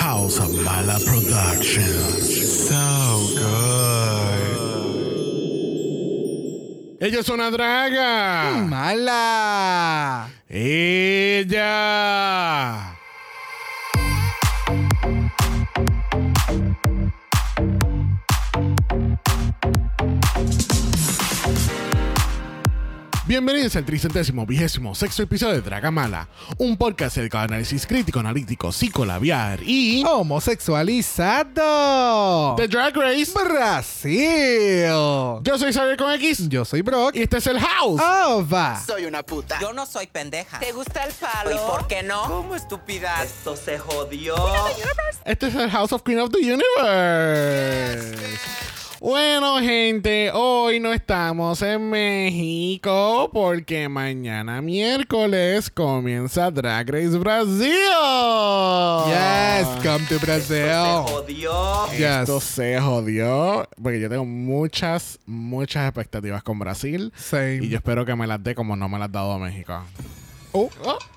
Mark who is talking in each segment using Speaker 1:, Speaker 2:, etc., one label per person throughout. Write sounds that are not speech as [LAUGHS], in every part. Speaker 1: Zambala Productions. So good. Ella es una
Speaker 2: Mm.
Speaker 1: draga.
Speaker 2: Mala.
Speaker 1: Ella. Bienvenidos al tricentésimo vigésimo sexto episodio de Dragamala, un podcast del análisis crítico, analítico, psicolabiar y
Speaker 2: Homosexualizado.
Speaker 1: The Drag Race.
Speaker 2: Brasil.
Speaker 1: Yo soy Xavier con X
Speaker 2: Yo soy Brock.
Speaker 1: y este es el House.
Speaker 2: Ova.
Speaker 3: Soy una puta.
Speaker 4: Yo no soy pendeja.
Speaker 5: Ah. ¿Te gusta el palo?
Speaker 4: ¿Y por qué no?
Speaker 5: ¿Cómo estúpida?
Speaker 3: Esto se jodió.
Speaker 1: Este es el House of Queen of the Universe. Bueno, gente, hoy no estamos en México porque mañana miércoles comienza Drag Race Brasil.
Speaker 2: Yes, come to
Speaker 3: Se
Speaker 2: Brazil.
Speaker 3: jodió.
Speaker 1: Esto
Speaker 2: Yes.
Speaker 1: se jodió porque yo tengo muchas, muchas expectativas con Brasil y yo
Speaker 2: Same.
Speaker 1: espero que me las dé como no me las ha dado a México.
Speaker 2: Oh,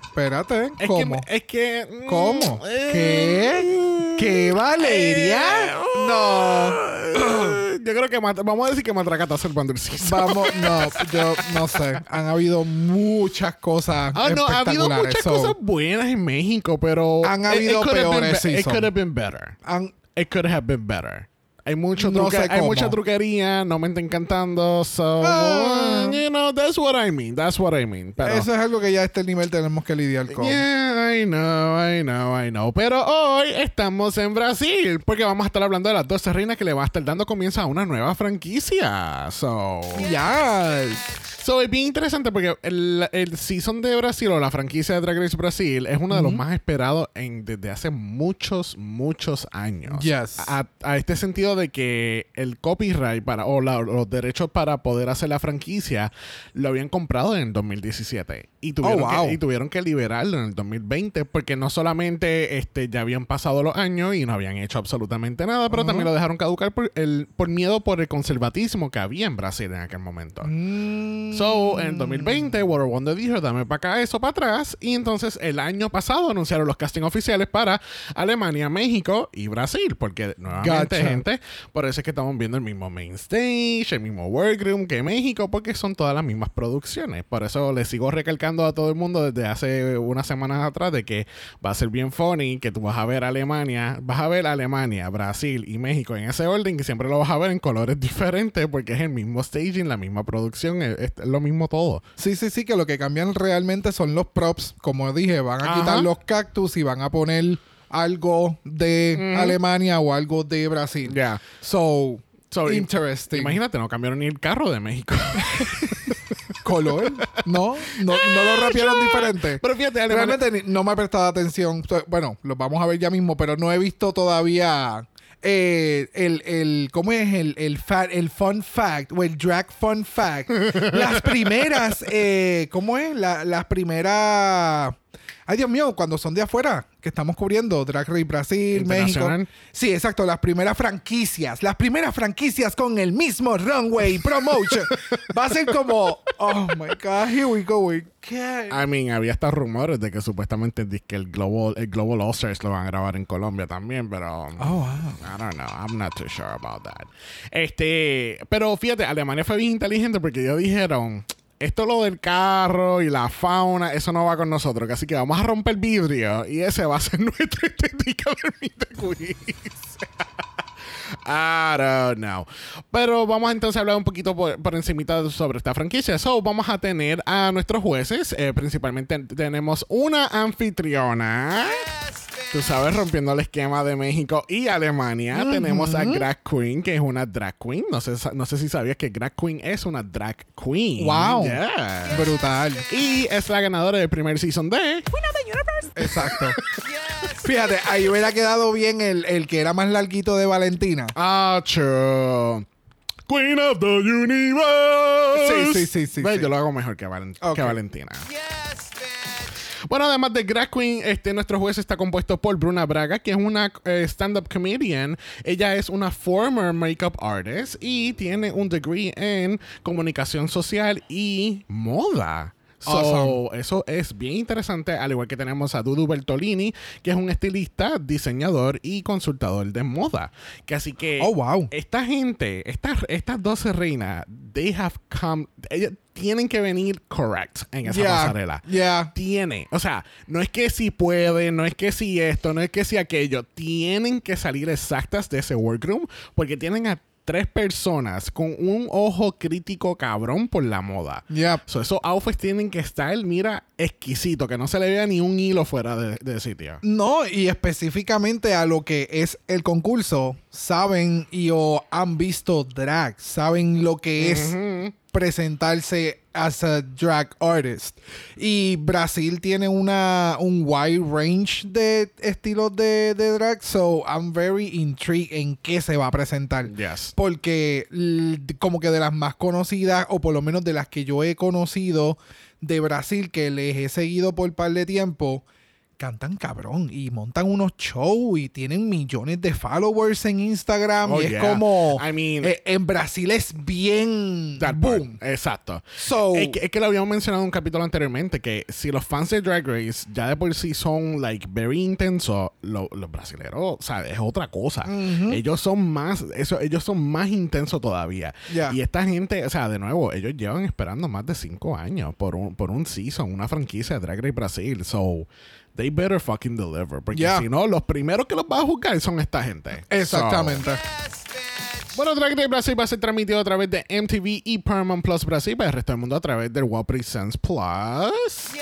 Speaker 2: espérate.
Speaker 1: Es
Speaker 2: ¿Cómo?
Speaker 1: que es que mm,
Speaker 2: ¿Cómo?
Speaker 1: eh,
Speaker 2: ¿Qué? ¿Qué, Valeria?
Speaker 1: eh,
Speaker 2: No.
Speaker 1: oh, [COUGHS] Yo creo que mat- vamos a decir que Matracata es el pandurcismo.
Speaker 2: Vamos, no, yo no sé. Han habido muchas cosas.
Speaker 1: Ah, no, ha habido
Speaker 2: espectaculares,
Speaker 1: muchas
Speaker 2: so,
Speaker 1: cosas buenas en México, pero.
Speaker 2: Han habido
Speaker 1: could have been
Speaker 2: peores
Speaker 1: be- It
Speaker 2: season.
Speaker 1: could have been better.
Speaker 2: han-
Speaker 1: It could have been better. Hay, mucho
Speaker 2: No
Speaker 1: truca-
Speaker 2: sé
Speaker 1: hay
Speaker 2: cómo.
Speaker 1: mucha truquería, no me está encantando, so.
Speaker 2: Ah.
Speaker 1: You know, that's what I mean, that's what I mean. Pero.
Speaker 2: Eso es algo que ya a este nivel tenemos que lidiar con.
Speaker 1: Yeah, I know, I know, I know. Pero hoy estamos en Brasil porque vamos a estar hablando de las 12 reinas que le va a estar dando comienzo a una nueva franquicia. So,
Speaker 2: Yes.
Speaker 1: so es bien interesante porque el, el season de Brasil o la franquicia de Drag Race Brasil es uno de los más esperados en, desde hace muchos, muchos años.
Speaker 2: Yes.
Speaker 1: A, a este sentido de que el copyright para, o la- los derechos para poder hacer la franquicia lo habían comprado en el 2017 y tuvieron,
Speaker 2: Oh, wow.
Speaker 1: que, y tuvieron que liberarlo en el 2020 porque no solamente este, ya habían pasado los años y no habían hecho absolutamente nada, pero también lo dejaron caducar por, el, por miedo por el conservatismo que había en Brasil en aquel momento.
Speaker 2: Mm.
Speaker 1: So, en el 2020, Water Wonder dijo, dame para acá eso para atrás. Y entonces el año pasado anunciaron los castings oficiales para Alemania, México y Brasil. Porque nuevamente,
Speaker 2: Gotcha.
Speaker 1: gente, por eso es que estamos viendo el mismo main stage, el mismo workroom que México, porque son todas las mismas producciones. Por eso le sigo recalcando a todo el mundo desde hace unas semanas atrás de que va a ser bien funny que tú vas a ver Alemania, vas a ver Alemania, Brasil y México en ese orden, que siempre lo vas a ver en colores [LAUGHS] diferentes, porque es el mismo staging, la misma producción, es, es lo mismo todo.
Speaker 2: Sí, sí, sí, que lo que cambian realmente son los props. Como dije, van a
Speaker 1: Ajá.
Speaker 2: quitar los cactus y van a poner algo de Alemania o algo de Brasil.
Speaker 1: Ya.
Speaker 2: So,
Speaker 1: So, im-
Speaker 2: interesting.
Speaker 1: Imagínate, no cambiaron ni el carro de México.
Speaker 2: Color. No, no, no lo rapearon diferente.
Speaker 1: Pero fíjate, Alemania-
Speaker 2: Realmente ni- no me ha prestado atención. So, Bueno, los vamos a ver ya mismo, pero no he visto todavía eh, el, el, ¿cómo es? El, el, fa- el fun fact o el drag fun fact.
Speaker 1: [LAUGHS]
Speaker 2: Las primeras, eh, ¿cómo es? La- las primeras... Ay, Dios mío, cuando son de afuera, que estamos cubriendo Drag Race Brasil, México.
Speaker 1: Internacional.
Speaker 2: Sí, exacto, las primeras franquicias. Las primeras franquicias con el mismo runway promotion. Va a ser como, oh my God, here we go again.
Speaker 1: I mean, había hasta rumores de que supuestamente dice que el Global, el Global All Stars lo van a grabar en Colombia también, pero um, I don't know, I'm not too sure about that. Este, pero fíjate, Alemania fue bien inteligente porque ellos dijeron, esto lo del carro y la fauna, eso no va con nosotros, así que vamos a romper vidrio y ese va a ser [LAUGHS] nuestro estética del Meet and Greet. I don't know. Pero vamos entonces a hablar un poquito por, por encimita sobre esta franquicia. So, vamos a tener a nuestros jueces. eh, principalmente tenemos una anfitriona. Tú sabes, rompiendo el esquema de México y Alemania. Tenemos a Drag Queen, que es una drag queen. No sé, no sé si sabías que Drag Queen es una drag queen.
Speaker 2: Wow.
Speaker 1: Yes.
Speaker 2: Brutal.
Speaker 1: Y es la ganadora del primer season de...
Speaker 2: Exacto. Fíjate, ahí hubiera quedado bien el, el que era más larguito de Valentina.
Speaker 1: Acho. Queen of the Universe.
Speaker 2: Sí, sí, sí, sí,
Speaker 1: Ve,
Speaker 2: sí.
Speaker 1: Yo lo hago mejor que, Valen-
Speaker 2: Ok.
Speaker 1: que Valentina. Bueno, además de Drag Queen, este, nuestro juez está compuesto por Bruna Braga, que es una eh, stand-up comedian. Ella es una former makeup artist y tiene un degree en comunicación social y moda. So,
Speaker 2: Awesome.
Speaker 1: Eso es bien interesante, al igual que tenemos a Dudu Bertolini, que es un estilista, diseñador y consultor de moda. Que así que
Speaker 2: Oh, wow.
Speaker 1: esta gente, estas estas 12 reinas, they have come, ellas tienen que venir correct en esa
Speaker 2: Yeah,
Speaker 1: pasarela.
Speaker 2: yeah.
Speaker 1: Tiene, o sea, no es que si puede, no es que si esto, no es que si aquello, tienen que salir exactas de ese workroom porque tienen a tres personas con un ojo crítico cabrón por la moda.
Speaker 2: Yep.
Speaker 1: So, esos outfits tienen que estar, mira, exquisito, que no se le vea ni un hilo fuera de, de sitio.
Speaker 2: No, y específicamente a lo que es el concurso, saben y o han visto drag, saben lo que es presentarse as a drag artist. Y Brasil tiene una un wide range de estilos de, de drag, so I'm very intrigued en qué se va a presentar.
Speaker 1: Yes.
Speaker 2: Porque l- como que de las más conocidas, o por lo menos de las que yo he conocido de Brasil, que les he seguido por par de tiempo, cantan cabrón y montan unos shows y tienen millones de followers en Instagram.
Speaker 1: Oh,
Speaker 2: y es
Speaker 1: yeah.
Speaker 2: como...
Speaker 1: I mean-
Speaker 2: eh, en Brasil es bien...
Speaker 1: That
Speaker 2: boom. Oh.
Speaker 1: part. Exacto.
Speaker 2: So-
Speaker 1: es, que, es que lo habíamos mencionado en un capítulo anteriormente que si los fans de Drag Race ya de por sí son like very intensos, lo- los brasileros, o sea, es otra cosa. Ellos son más, eso, ellos son más intensos todavía.
Speaker 2: Yeah.
Speaker 1: Y esta gente, o sea, de nuevo, ellos llevan esperando más de cinco años por un, por un season, una franquicia de Drag Race Brasil. So they better fucking deliver. Porque
Speaker 2: Yeah.
Speaker 1: si no, los primeros que los van a juzgar son esta gente. So-
Speaker 2: Exactamente.
Speaker 1: bueno, Drag Race Brasil va a ser transmitido a través de MTV y Paramount Plus Brasil para el resto del mundo a través del Wow Presents Plus.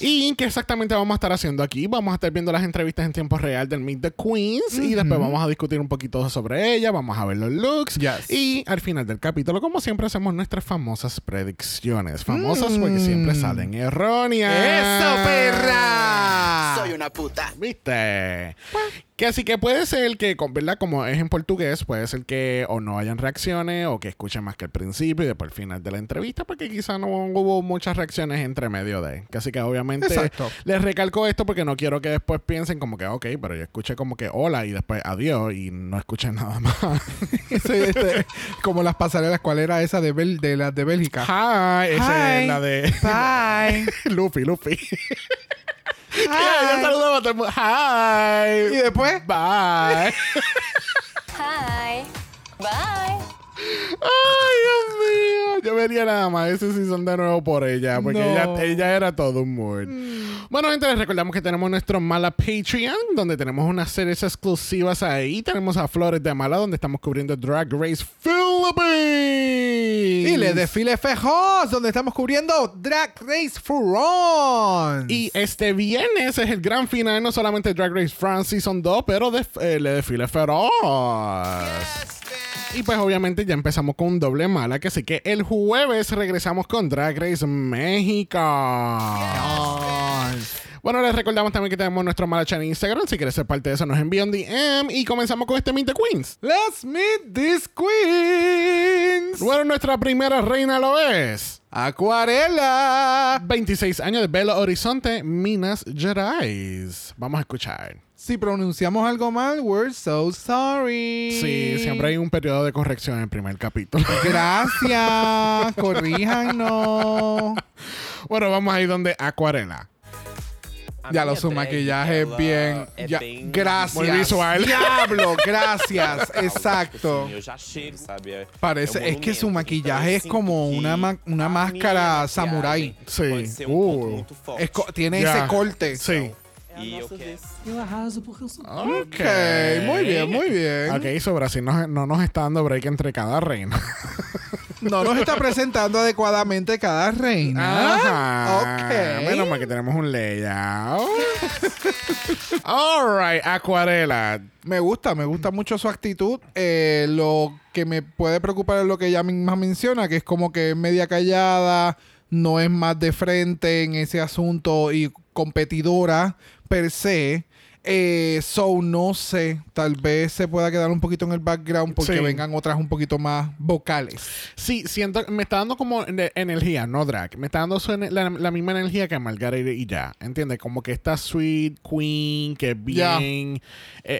Speaker 1: ¿Y qué exactamente vamos a estar haciendo aquí? Vamos a estar viendo las entrevistas en tiempo real del Meet the Queens y después vamos a discutir un poquito sobre ella, vamos a ver los looks
Speaker 2: Yes.
Speaker 1: y al final del capítulo, como siempre, hacemos nuestras famosas predicciones. Famosas porque siempre salen erróneas.
Speaker 2: Mm. ¡Eso, perra!
Speaker 3: Soy una puta.
Speaker 1: ¿Viste?
Speaker 2: Pues.
Speaker 1: Que así que puede ser que, con- ¿verdad? Como es en portugués, puede ser que o no hayan reacciones o que escuchen más que al principio y después al final de la entrevista, porque quizá no hubo muchas reacciones entre medio de. Que así que obviamente
Speaker 2: Exacto.
Speaker 1: les recalco esto porque no quiero que después piensen como que, ok, pero yo escuché como que hola y después adiós y no escuché nada
Speaker 2: [LAUGHS]
Speaker 1: más.
Speaker 2: Sí, este, como las pasarelas, ¿cuál era esa de, Bel- de, las de Bélgica?
Speaker 1: Hi, esa
Speaker 2: Hi.
Speaker 1: es la de [LAUGHS]
Speaker 2: Bye.
Speaker 1: Luffy, Luffy. [LAUGHS] Ya, ya saludaba a todo el mundo. Hi.
Speaker 2: [LAUGHS] Y después,
Speaker 1: Bye.
Speaker 5: Hi. Bye.
Speaker 1: Ay, Dios mío. Yo vería nada más ese season de nuevo por ella, porque
Speaker 2: No. Mm.
Speaker 1: ella, ella era todo un mood. Bueno, gente, les recordamos que tenemos nuestro Mala Patreon, donde tenemos unas series exclusivas ahí. Tenemos a Flores de Mala, donde estamos cubriendo Drag Race Philippines.
Speaker 2: Y le desfile fejos, donde estamos cubriendo Drag Race Furons.
Speaker 1: Y este viernes es el gran final, no solamente Drag Race France Season 2, pero de, eh, le desfile feroz. Y pues obviamente ya empezamos con un doble mala, que así que el jueves regresamos con Drag Race México. Bueno, les recordamos también que tenemos nuestro mala chat en Instagram. Si quieres ser parte de eso, nos envía un DM y comenzamos con este Meet the Queens.
Speaker 2: Let's meet these queens.
Speaker 1: Bueno, nuestra primera reina lo es.
Speaker 2: Acuarela.
Speaker 1: 26 años de Belo Horizonte, Minas Gerais. Vamos a escuchar.
Speaker 2: Si pronunciamos algo mal, we're so sorry.
Speaker 1: Sí, siempre hay un periodo de corrección en el primer capítulo. [LAUGHS]
Speaker 2: Gracias. Corríjanos.
Speaker 1: bueno, vamos ahí donde acuarela.
Speaker 2: Ya lo su maquillaje es bien. ya- gracias.
Speaker 1: Muy visual. [LAUGHS]
Speaker 2: Diablo, gracias. Exacto.
Speaker 6: Eu já chego, sabe? É-
Speaker 2: Parece-
Speaker 6: é um
Speaker 2: es que su
Speaker 6: monumento. Então,
Speaker 2: maquillaje
Speaker 6: eu
Speaker 2: es
Speaker 6: sinto
Speaker 2: como
Speaker 6: que
Speaker 2: una ma- una
Speaker 6: a minha
Speaker 2: máscara
Speaker 6: maquiagem
Speaker 2: samurai.
Speaker 6: Pode
Speaker 1: Sí.
Speaker 6: ser um ponto
Speaker 1: Uh.
Speaker 6: muito forte.
Speaker 2: Es co- tiene
Speaker 1: Ya.
Speaker 2: ese corte.
Speaker 1: Sí.
Speaker 6: E eu quero...
Speaker 1: Ok.
Speaker 2: Ok, muy bien, muy bien.
Speaker 1: Ok, so Brasil no, no nos está dando break entre cada reina.
Speaker 2: No nos está presentando adecuadamente cada reina. Ah, ok.
Speaker 1: Menos mal que tenemos un layout. [LAUGHS] All right, acuarela.
Speaker 2: Me gusta, me gusta mucho su actitud. Eh, lo que me puede preocupar es lo que ella misma menciona, que es como que es media callada, no es más de frente en ese asunto y competidora per se. Eh, so, no sé, tal vez se pueda quedar un poquito en el background porque
Speaker 1: Sí.
Speaker 2: vengan otras un poquito más vocales.
Speaker 1: Sí, siento, me está dando como ene- energía, no drag. Me está dando su ene- la, la misma energía que Margaret y ya. ¿Entiendes? Como que esta sweet queen que es bien,
Speaker 2: Ya.
Speaker 1: eh,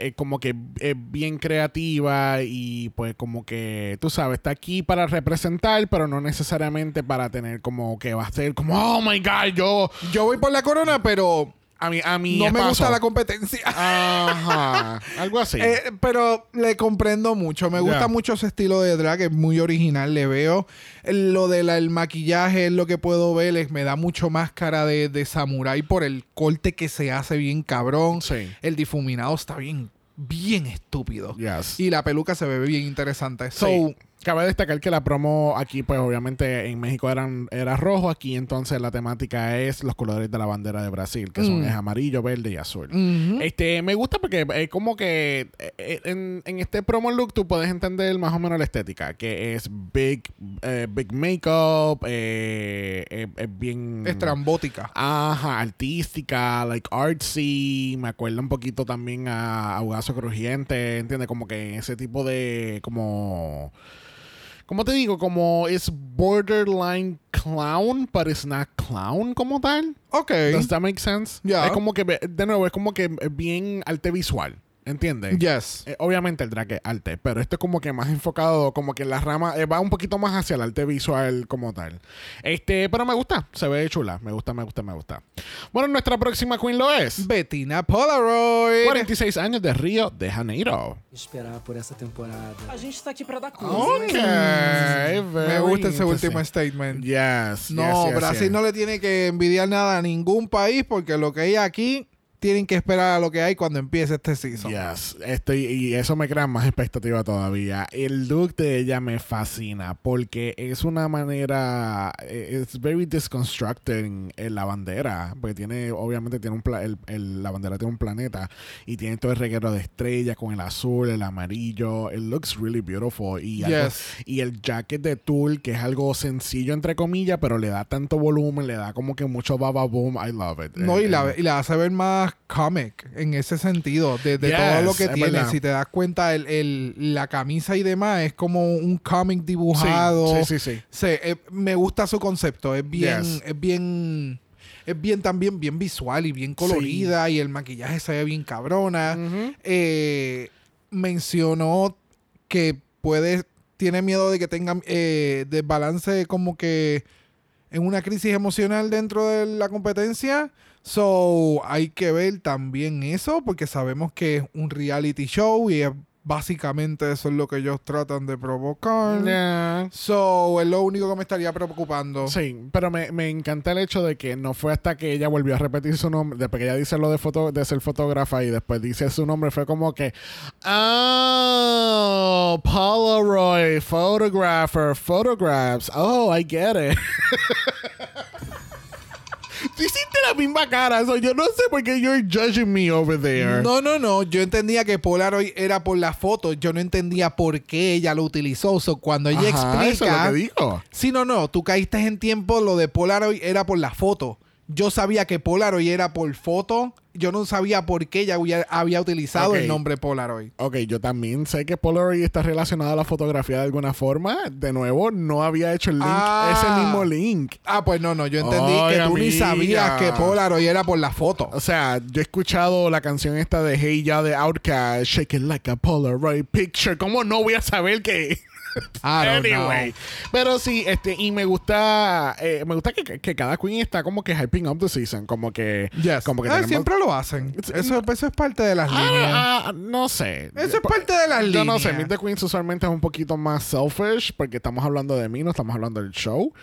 Speaker 1: eh, como que es bien creativa y pues como que, tú sabes, está aquí para representar, pero no necesariamente para tener como que va a ser como, oh my god, yo,
Speaker 2: Yo voy por la corona, pero
Speaker 1: a mí, a mí
Speaker 2: no me
Speaker 1: espacio".
Speaker 2: gusta la competencia.
Speaker 1: Ajá, algo así.
Speaker 2: [LAUGHS] Eh, pero le comprendo mucho. Me gusta
Speaker 1: Ya.
Speaker 2: mucho ese estilo de drag, es muy original, le veo. Lo del el maquillaje es lo que puedo ver, es- me da mucho más cara de, de samurái por el corte que se hace bien cabrón.
Speaker 1: Sí.
Speaker 2: El difuminado está bien, bien estúpido.
Speaker 1: Yes.
Speaker 2: Y la peluca se ve bien interesante. So,
Speaker 1: Sí. Cabe destacar que la promo aquí, pues obviamente en México eran, era rojo, aquí entonces la temática es los colores de la bandera de Brasil, que son
Speaker 2: Mm.
Speaker 1: es amarillo, verde y azul.
Speaker 2: ujú.
Speaker 1: Este, me gusta porque es como que eh, eh, en, en este promo look tú puedes entender más o menos la estética, que es big, eh, big makeup, eh, eh, es bien...
Speaker 2: estrambótica.
Speaker 1: Ajá, artística, like artsy. Me acuerda un poquito también a Augaso Crujiente, ¿entiendes? Como que ese tipo de. como. ¿Cómo te digo? Como es borderline clown, but it's not clown como tal.
Speaker 2: Ok.
Speaker 1: Does that make sense?
Speaker 2: Yeah.
Speaker 1: Es como que, de nuevo, es como que bien arte visual, ¿entiendes?
Speaker 2: Yes.
Speaker 1: Eh, obviamente el drag es arte, pero esto es como que más enfocado, como que la rama eh, va un poquito más hacia el arte visual como tal. Este, pero me gusta, se ve chula, me gusta, me gusta, me gusta. Bueno, nuestra próxima queen lo es.
Speaker 2: Bettina Polaroid.
Speaker 1: 46 años de Río de Janeiro.
Speaker 7: esperar por essa temporada.
Speaker 8: A gente tá aqui pra dar coisa.
Speaker 1: Ok,
Speaker 2: Me
Speaker 1: very
Speaker 2: gusta ese último
Speaker 1: interesting.
Speaker 2: statement.
Speaker 1: Yes.
Speaker 2: No,
Speaker 1: yes, yes,
Speaker 2: Brasil
Speaker 1: yes.
Speaker 2: no le tiene que envidiar nada a ningún país porque lo que hay aquí tienen que esperar a lo que hay cuando empiece este season.
Speaker 1: Yes, estoy, y eso me crea más expectativa todavía. El look de ella me fascina porque es una manera, e, es very disconstructing en la bandera, porque tiene, obviamente tiene un, pla- el- el- la bandera tiene un planeta y tiene todo el reguero de estrellas con el azul, el amarillo. It looks really beautiful y algo-
Speaker 2: Yes.
Speaker 1: y el jacket de Tool, que es algo sencillo entre comillas, pero le da tanto volumen, le da como que mucho baba boom. I love it.
Speaker 2: No, y
Speaker 1: Eh,
Speaker 2: la,
Speaker 1: eh,
Speaker 2: y la hace ver más comic en ese sentido, de, de
Speaker 1: Yes,
Speaker 2: todo lo que
Speaker 1: es
Speaker 2: tiene.
Speaker 1: verdad.
Speaker 2: Si te das cuenta, el, el- la camisa y demás es como un cómic dibujado.
Speaker 1: sí, sí, sí.
Speaker 2: Se- eh, me gusta su concepto. Es bien,
Speaker 1: Yes.
Speaker 2: es bien, es bien también bien visual y bien colorida. Y el maquillaje se ve bien cabrona. Eh, mencionó que puede, tiene miedo de que tenga eh, desbalance como que en una crisis emocional dentro de la competencia. So, hay que ver también eso porque sabemos que es un reality show y es básicamente eso es lo que ellos tratan de provocar.
Speaker 1: Yeah.
Speaker 2: So, es lo único que me estaría preocupando.
Speaker 1: Sí, pero me, me encanta el hecho de que no fue hasta que ella volvió a repetir su nombre, después que ella dice lo de, foto, de ser fotógrafa y después dice su nombre, fue como que, oh, Polaroid, photographer, photographs, oh, I get it. [LAUGHS] Tú hiciste la misma cara, so yo no sé por qué you're judging me over there.
Speaker 2: No, no, no. Yo entendía que Polaroid era por la foto. Yo no entendía por qué ella lo utilizó. So, cuando ella
Speaker 1: Ajá, eso es
Speaker 2: explica.
Speaker 1: lo que digo.
Speaker 2: Sí, no, no. Tú caíste en tiempo. Lo de Polaroid era por la foto. Yo sabía que Polaroid era por foto. Yo no sabía por qué ella había, había utilizado
Speaker 1: Ok.
Speaker 2: el nombre Polaroid.
Speaker 1: Ok, yo también sé que Polaroid está relacionada a la fotografía de alguna forma. De nuevo, no había hecho el link,
Speaker 2: Ah.
Speaker 1: ese mismo link.
Speaker 2: Ah, pues no, no. Yo entendí
Speaker 1: Ay,
Speaker 2: que tú ni
Speaker 1: amiga.
Speaker 2: sabías que Polaroid era por la foto.
Speaker 1: O sea, yo he escuchado la canción esta de Hey Ya de Outkast, Shake It Like a Polaroid Picture. ¿Cómo no voy a saber que
Speaker 2: [LAUGHS] I don't know.
Speaker 1: anyway. Pero sí, este, y me gusta, eh, me gusta que, que cada queen está como que hyping up the season. Como que,
Speaker 2: Yes.
Speaker 1: como que
Speaker 2: Ah,
Speaker 1: tenemos-
Speaker 2: Siempre lo hacen.
Speaker 1: It's-
Speaker 2: Eso, eso es parte de las líneas.
Speaker 1: Ah, ah, no sé.
Speaker 2: Eso es parte de las
Speaker 1: Yo no sé,
Speaker 2: líneas.
Speaker 1: Meet the Queens usualmente es un poquito más selfish porque estamos hablando de mí, no estamos hablando del show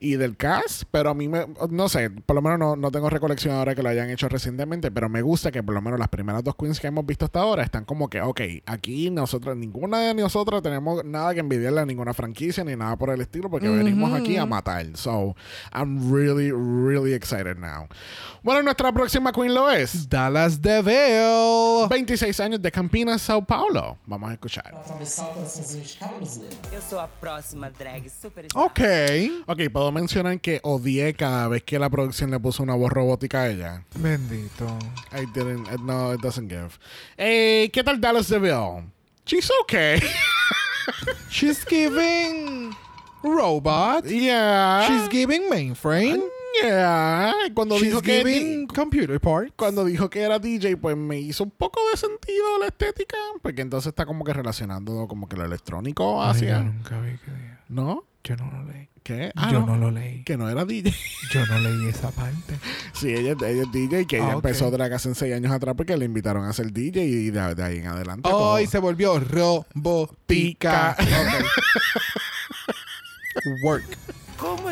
Speaker 1: y del cast, pero a mí me, no sé, por lo menos no, no tengo recolección ahora que lo hayan hecho recientemente, pero me gusta que por lo menos las primeras dos queens que hemos visto hasta ahora están como que, ok, aquí nosotros, ninguna de nosotras tenemos nada que envidiarle a ninguna franquicia ni nada por el estilo porque venimos aquí a matar. So, I'm really, really excited now. Bueno, nuestra próxima queen lo es.
Speaker 2: Dallas DeVille.
Speaker 1: 26 años de Campinas, Sao Paulo. Vamos a escuchar.
Speaker 4: Eu sou a próxima drag super
Speaker 2: Ok.
Speaker 1: Ok, puedo mencionar que odié cada vez que la producción le puso una voz robótica a ella.
Speaker 2: Bendito.
Speaker 1: I didn't, uh, no, it doesn't give. Eh, ¿Qué tal Dallas DeVille? She's okay. [LAUGHS]
Speaker 2: She's giving robot.
Speaker 1: yeah.
Speaker 2: She's giving mainframe.
Speaker 1: Yeah. Cuando
Speaker 2: She's
Speaker 1: dijo que
Speaker 2: giving computer part.
Speaker 1: cuando dijo que era DJ, pues me hizo un poco de sentido la estética, porque entonces está como que relacionando como que lo electrónico
Speaker 2: Ah,
Speaker 1: hacia,
Speaker 2: nunca vi que
Speaker 1: ¿no?
Speaker 2: Yo no lo leí.
Speaker 1: ¿Qué? Ah,
Speaker 2: lo leí.
Speaker 1: Que no era DJ.
Speaker 2: Yo no leí esa parte.
Speaker 1: sí, ella, ella es DJ, que ella
Speaker 2: Ah, ok.
Speaker 1: empezó drag hace seis años atrás porque le invitaron a ser DJ y de, de ahí en adelante. todo.
Speaker 2: Hoy Oh, se volvió robótica.
Speaker 1: Pica.
Speaker 2: Ok. Work.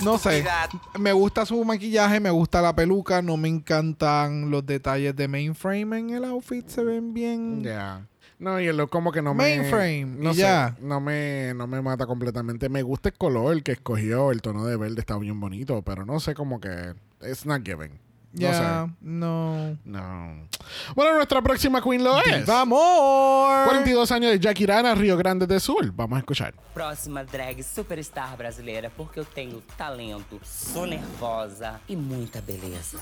Speaker 2: No sé,
Speaker 3: Estupidez.
Speaker 2: me gusta su maquillaje, me gusta la peluca, no me encantan los detalles de mainframe en el outfit, se ven bien.
Speaker 1: Yeah. No, y el look como que no me...
Speaker 2: Mainframe,
Speaker 1: No
Speaker 2: y
Speaker 1: sé,
Speaker 2: ya.
Speaker 1: No me, no me mata completamente. Me gusta el color que escogió, el tono de verde está bien bonito, pero no sé como que... It's not giving. No sé.
Speaker 2: Ya, no.
Speaker 1: No. Bueno, nuestra próxima queen lo es.
Speaker 2: ¡Vamos!
Speaker 1: 42 años de Jackie Rana, Río Grande del Sur. Vamos a escuchar.
Speaker 4: próxima drag superstar brasileira porque eu tenho talento, sou nervosa e muita beleza.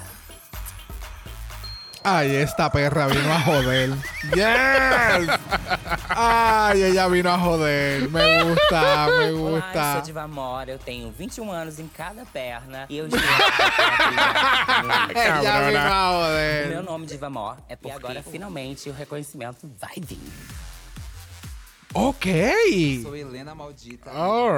Speaker 2: Ay, esta perra vino a joder.
Speaker 1: [LAUGHS]
Speaker 2: ¡Yes! Ay, ella vino a joder. Me gusta, me
Speaker 4: Olá, eu
Speaker 2: gusta.
Speaker 4: sou Diva Mora, eu tenho 21 anos em cada perna e eu
Speaker 2: [LAUGHS]
Speaker 4: estou
Speaker 2: Ella vino a joder.
Speaker 4: Meu nome Diva Mora é porque agora finalmente o reconhecimento vai vir.
Speaker 2: Ok.
Speaker 8: Sou Helena Maldita.
Speaker 1: All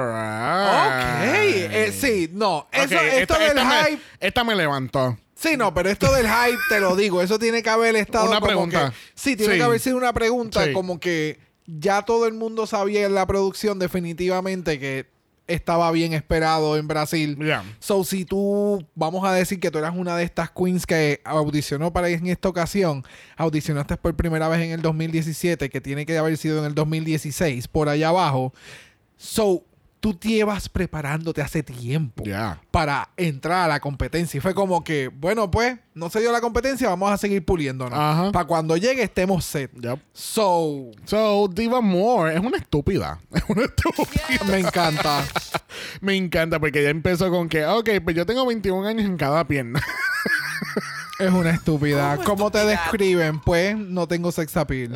Speaker 2: Ok.
Speaker 1: right.
Speaker 2: Eh, sí, no. Eso,
Speaker 1: Ok,
Speaker 2: esto
Speaker 1: esta-
Speaker 2: del
Speaker 1: esta me-
Speaker 2: hype.
Speaker 1: esta me levantó.
Speaker 2: Sí, no, pero esto del hype, te lo digo. Eso tiene que haber estado.
Speaker 1: Una
Speaker 2: como
Speaker 1: pregunta.
Speaker 2: que- sí, tiene
Speaker 1: Sí.
Speaker 2: que haber sido una pregunta
Speaker 1: Sí.
Speaker 2: como que ya todo el mundo sabía en la producción, definitivamente, que estaba bien esperado en Brasil.
Speaker 1: Ya.
Speaker 2: So, si tú, vamos a decir que tú eras una de estas queens que audicionó para ir en esta ocasión, audicionaste por primera vez en el 2017, que tiene que haber sido en el 2016, por allá abajo. So, tú te llevas preparándote hace tiempo
Speaker 1: Ya.
Speaker 2: para entrar a la competencia. Y fue como que, bueno, pues, no se dio la competencia, vamos a seguir puliéndonos.
Speaker 1: Ajá.
Speaker 2: Para cuando llegue estemos set.
Speaker 1: Yep.
Speaker 2: So,
Speaker 1: So, Diva Moore es una estúpida. [LAUGHS] Es una estúpida.
Speaker 2: me encanta.
Speaker 1: Me encanta porque ella empezó con que, ok, pues yo tengo 21 años en cada pierna. [LAUGHS]
Speaker 2: es una estúpida. ¿Cómo, te describen? Pues, no tengo sex appeal.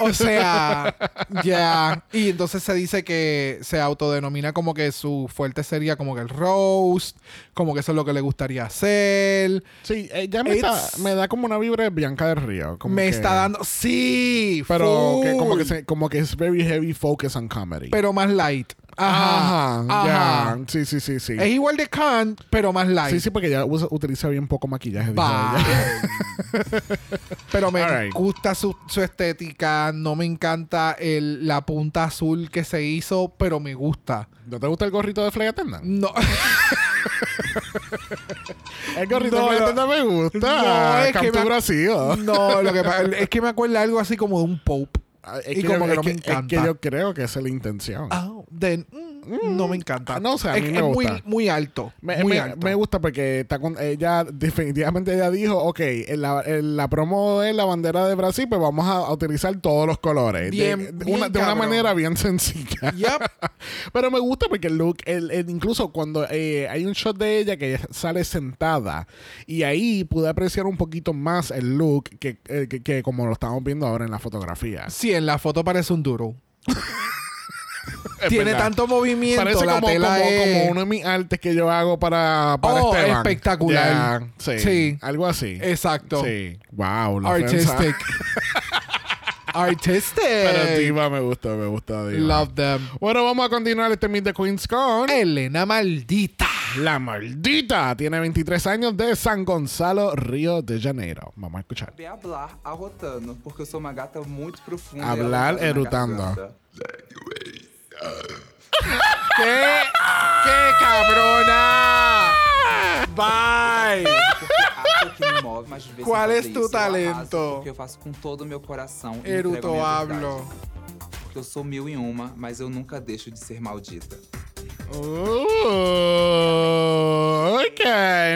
Speaker 2: o sea, ya. Y entonces se dice que se autodenomina como que su fuerte sería como que el roast, como que eso es lo que le gustaría hacer.
Speaker 1: Sí, ella me, está-
Speaker 2: It's-
Speaker 1: me da como una vibra de Bianca del Río. como
Speaker 2: me
Speaker 1: que-
Speaker 2: está dando. Sí,
Speaker 1: Pero que como,
Speaker 2: full.
Speaker 1: que se- como que es very heavy focus on comedy.
Speaker 2: pero más light. Ajá.
Speaker 1: Ajá,
Speaker 2: ajá.
Speaker 1: ya. Sí, sí, sí, sí.
Speaker 2: Es igual de Khan, pero más light.
Speaker 1: Sí, sí, porque ella usa- utiliza bien poco maquillaje. dijo
Speaker 2: Bye.
Speaker 1: [LAUGHS] ella.
Speaker 2: pero me
Speaker 1: Alright.
Speaker 2: gusta su, su estética. No me encanta el- la punta azul que se hizo, pero me gusta.
Speaker 1: ¿No te gusta el gorrito de Flegatenda?
Speaker 2: No,
Speaker 1: El gorrito
Speaker 2: No,
Speaker 1: de Flegatenda me gusta.
Speaker 2: no,
Speaker 1: No,
Speaker 2: es que me-
Speaker 1: Brasil.
Speaker 2: [LAUGHS] no lo que pa- es que me acuerda algo así como de un Pope.
Speaker 1: Ah, Es
Speaker 2: Y como que
Speaker 1: es
Speaker 2: no me
Speaker 1: es
Speaker 2: encanta.
Speaker 1: que yo creo que esa es la intención.
Speaker 2: Ah, then, mm, no me encanta.
Speaker 1: No, o sea, a
Speaker 2: es,
Speaker 1: mí me
Speaker 2: es Muy,
Speaker 1: gusta.
Speaker 2: muy alto.
Speaker 1: Me,
Speaker 2: muy
Speaker 1: me-
Speaker 2: alto.
Speaker 1: me gusta porque está con, ella definitivamente ella dijo, ok, en la, en la promo es la bandera de Brasil, pues vamos a, a utilizar todos los colores.
Speaker 2: Bien-
Speaker 1: de, de
Speaker 2: bien
Speaker 1: una, de una
Speaker 2: cabrón.
Speaker 1: manera bien sencilla. [LAUGHS]
Speaker 2: Yep.
Speaker 1: Pero me gusta porque el look, el, el- incluso cuando eh, hay un shot de ella que ella sale sentada y ahí pude apreciar un poquito más el look que, eh, que- que como lo estamos viendo ahora en la fotografía.
Speaker 2: Sí, en la foto parece un duro.
Speaker 1: [LAUGHS] Es
Speaker 2: Tiene
Speaker 1: verdad.
Speaker 2: tanto movimiento.
Speaker 1: Parece
Speaker 2: la
Speaker 1: como, como,
Speaker 2: tela es-
Speaker 1: como uno de mis artes que yo hago para, para
Speaker 2: Oh,
Speaker 1: Esteban.
Speaker 2: espectacular.
Speaker 1: Ya, sí,
Speaker 2: Sí.
Speaker 1: Algo así.
Speaker 2: Exacto.
Speaker 1: Sí. Wow. la
Speaker 2: Artistic.
Speaker 1: ofensa. [LAUGHS]
Speaker 2: Artistic.
Speaker 1: Pero Diva me gusta, me gusta Diva.
Speaker 2: Love them.
Speaker 1: Bueno, vamos a continuar este Meet the Queens con...
Speaker 2: Elena maldita.
Speaker 1: La maldita tiene 23 años de San Gonzalo, Rio de Janeiro. Vamos a escuchar.
Speaker 8: Saber hablar arrotando, porque eu sou uma gata muito profunda. e
Speaker 1: Hablar
Speaker 2: é
Speaker 8: arrotando
Speaker 1: erutando.
Speaker 8: na garganta.
Speaker 2: ¡Qué, qué cabrona! Bye.
Speaker 8: Porque a arte que me move, mas de vez em
Speaker 2: Qual
Speaker 8: quando
Speaker 2: é
Speaker 8: isso
Speaker 2: tu
Speaker 8: eu arraso,
Speaker 2: talento?
Speaker 8: Porque eu faço com todo o meu coração. e entrego a
Speaker 2: Eruto
Speaker 8: minha
Speaker 2: hablo.
Speaker 8: verdade. porque eu sou mil e uma, mas eu nunca deixo de ser maldita.
Speaker 1: Uh, ok,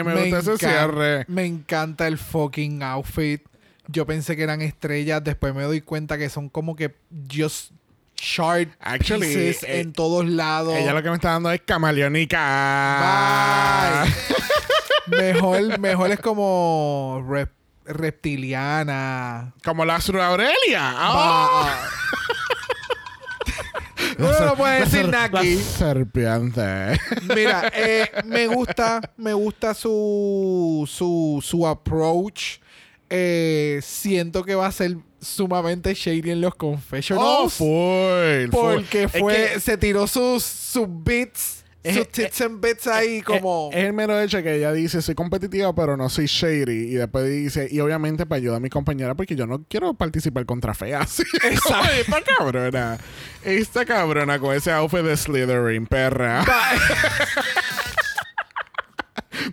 Speaker 1: me, gusta ese
Speaker 2: encan-
Speaker 1: cierre.
Speaker 2: Me encanta el fucking outfit. Yo pensé que eran estrellas, después me doy cuenta que son como que just shard
Speaker 1: Actually,
Speaker 2: pieces
Speaker 1: eh,
Speaker 2: en todos lados.
Speaker 1: Ella lo que me está dando es camaleónica.
Speaker 2: [LAUGHS] Mejor, mejor es como rep- reptiliana.
Speaker 1: Como Lázaro Aurelia. Ah.
Speaker 2: Va- Uno no puede decir nada aquí.
Speaker 1: La [LAUGHS] serpiente.
Speaker 2: Mira, eh, me gusta, me gusta su, su, su approach. Eh, siento que va a ser sumamente shady en los
Speaker 1: Oh,
Speaker 2: confessionals.
Speaker 1: full. full.
Speaker 2: porque
Speaker 1: Es
Speaker 2: fue,
Speaker 1: que-
Speaker 2: se tiró sus, sus beats,
Speaker 1: Es- eh,
Speaker 2: sus tits and bits ahí como...
Speaker 1: Es, es el mero hecho que ella dice, soy competitiva, pero no soy shady. Y después dice, y obviamente para ayudar a mi compañera, porque yo no quiero participar contra feas. [LAUGHS] Exacto. Esta cabrona. Esta cabrona con ese outfit de Slytherin, perra. [LAUGHS]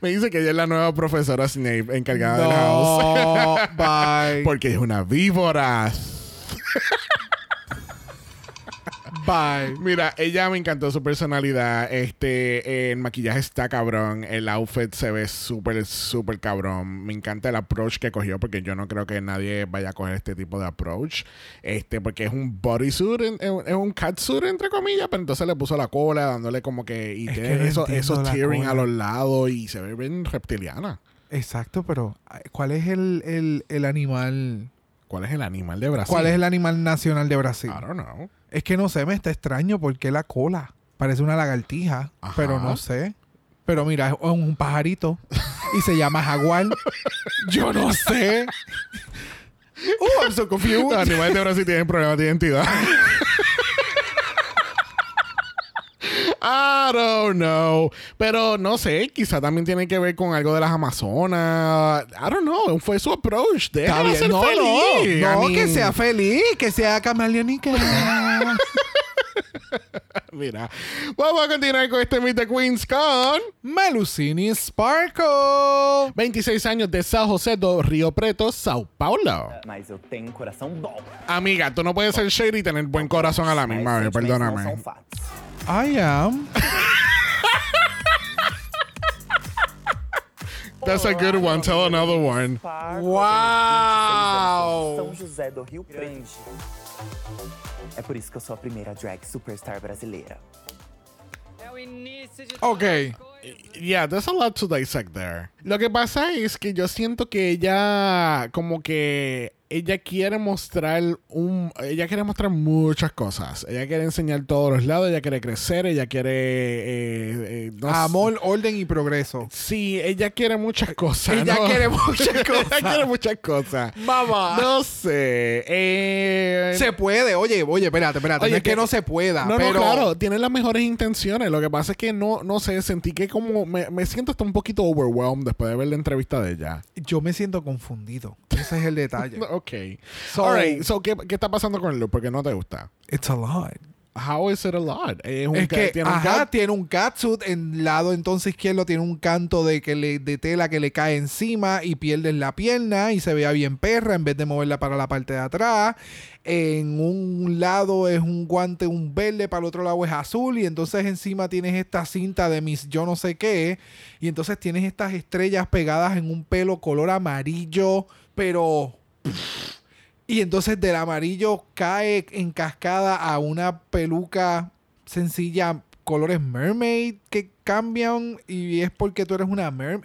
Speaker 1: Me dice que ella es la nueva profesora Snape encargada del house.
Speaker 2: no,
Speaker 1: [LAUGHS]
Speaker 2: bye,
Speaker 1: Porque es una víbora.
Speaker 2: bye.
Speaker 1: Mira, ella me encantó su personalidad. Este, el maquillaje está cabrón. El outfit se ve súper, súper cabrón. Me encanta el approach que cogió porque yo no creo que nadie vaya a coger este tipo de approach. Este, porque es un bodysuit, en- en- es un catsuit entre comillas, pero entonces le puso la cola dándole como que... Y
Speaker 2: Es
Speaker 1: tiene
Speaker 2: que no
Speaker 1: eso-
Speaker 2: entiendo
Speaker 1: esos
Speaker 2: la
Speaker 1: tearing
Speaker 2: cola.
Speaker 1: a los lados y se ve bien reptiliana.
Speaker 2: Exacto, pero eh, ¿cuál es el, el, el animal?
Speaker 1: ¿Cuál es el animal de Brasil?
Speaker 2: ¿Cuál es el animal nacional de Brasil?
Speaker 1: I don't know.
Speaker 2: Es que no sé, me está extraño porque la cola parece una lagartija,
Speaker 1: Ajá.
Speaker 2: pero no sé. Pero mira, es un pajarito y se llama jaguar. Yo
Speaker 1: [LAUGHS]
Speaker 2: no sé. Oh, I'm so
Speaker 1: Los
Speaker 2: confused.
Speaker 1: animales de Brasil tienen problemas de identidad. I don't know. Pero no sé, quizá también tiene que ver con algo de las Amazonas. I don't know. Fue su approach.
Speaker 2: Está
Speaker 1: Déjala
Speaker 2: bien.
Speaker 1: ser
Speaker 2: No,
Speaker 1: feliz.
Speaker 2: no, no,
Speaker 1: Ani.
Speaker 2: que sea feliz, que sea camaleónica.
Speaker 1: [LAUGHS] Mira, vamos a continuar con este Meet the Queens con
Speaker 2: Melusini Sparkle.
Speaker 1: 26 años de San José do Río Preto, Sao Paulo.
Speaker 9: Mas eu tenho um coração bom.
Speaker 1: Amiga, tú no puedes ser shady y tener buen corazón a la
Speaker 9: Mas
Speaker 1: misma vez,
Speaker 9: sentimentos não são
Speaker 1: perdóname.
Speaker 9: fatos.
Speaker 2: I am.
Speaker 1: That's a good one, tell another one.
Speaker 9: Pardo,
Speaker 2: Uau!
Speaker 9: São José do Rio Grande. É por isso que eu sou a primeira drag superstar brasileira.
Speaker 2: Ok.
Speaker 1: Yeah, there's a lot to dissect there. Lo que pasa es que yo siento que ella como que ella quiere mostrar un ella quiere mostrar muchas cosas. Ella quiere enseñar todos los lados, ella quiere crecer, ella quiere eh, eh, no sé.
Speaker 2: Amor, orden y progreso.
Speaker 1: Sí, ella quiere muchas cosas.
Speaker 2: Ella
Speaker 1: ¿no? [LAUGHS]
Speaker 2: quiere muchas cosas.
Speaker 1: ella quiere muchas cosas.
Speaker 2: Mamá.
Speaker 1: No sé. eh,
Speaker 2: Se puede, oye, oye, espérate, espérate.
Speaker 1: Oye,
Speaker 2: no es que,
Speaker 1: que-
Speaker 2: no se pueda,
Speaker 1: no,
Speaker 2: pero
Speaker 1: no, claro, tiene las mejores intenciones. Lo que pasa es que no, no sé, sentí que como me, me siento hasta un poquito overwhelmed después de ver la entrevista de ella.
Speaker 2: yo me siento confundido. Ese es el detalle.
Speaker 1: [LAUGHS] No, Ok.
Speaker 2: So-
Speaker 1: All right. So, ¿qué, qué está pasando con el look? Porque no te gusta.
Speaker 2: It's a lot.
Speaker 1: How is it a lot? Es, un
Speaker 2: Es
Speaker 1: ca-
Speaker 2: que
Speaker 1: tiene un
Speaker 2: ajá,
Speaker 1: gat-
Speaker 2: tiene un catsuit en lado entonces izquierdo, tiene un canto de, que le, de tela que le cae encima y pierdes la pierna y se vea bien perra en vez de moverla para la parte de atrás. En un lado es un guante, un verde, para el otro lado es azul y entonces encima tienes esta cinta de mis yo no sé qué y entonces tienes estas estrellas pegadas en un pelo color amarillo, pero... Y entonces del amarillo cae en cascada a una peluca sencilla, colores mermaid que cambian y es porque tú eres una mermaid.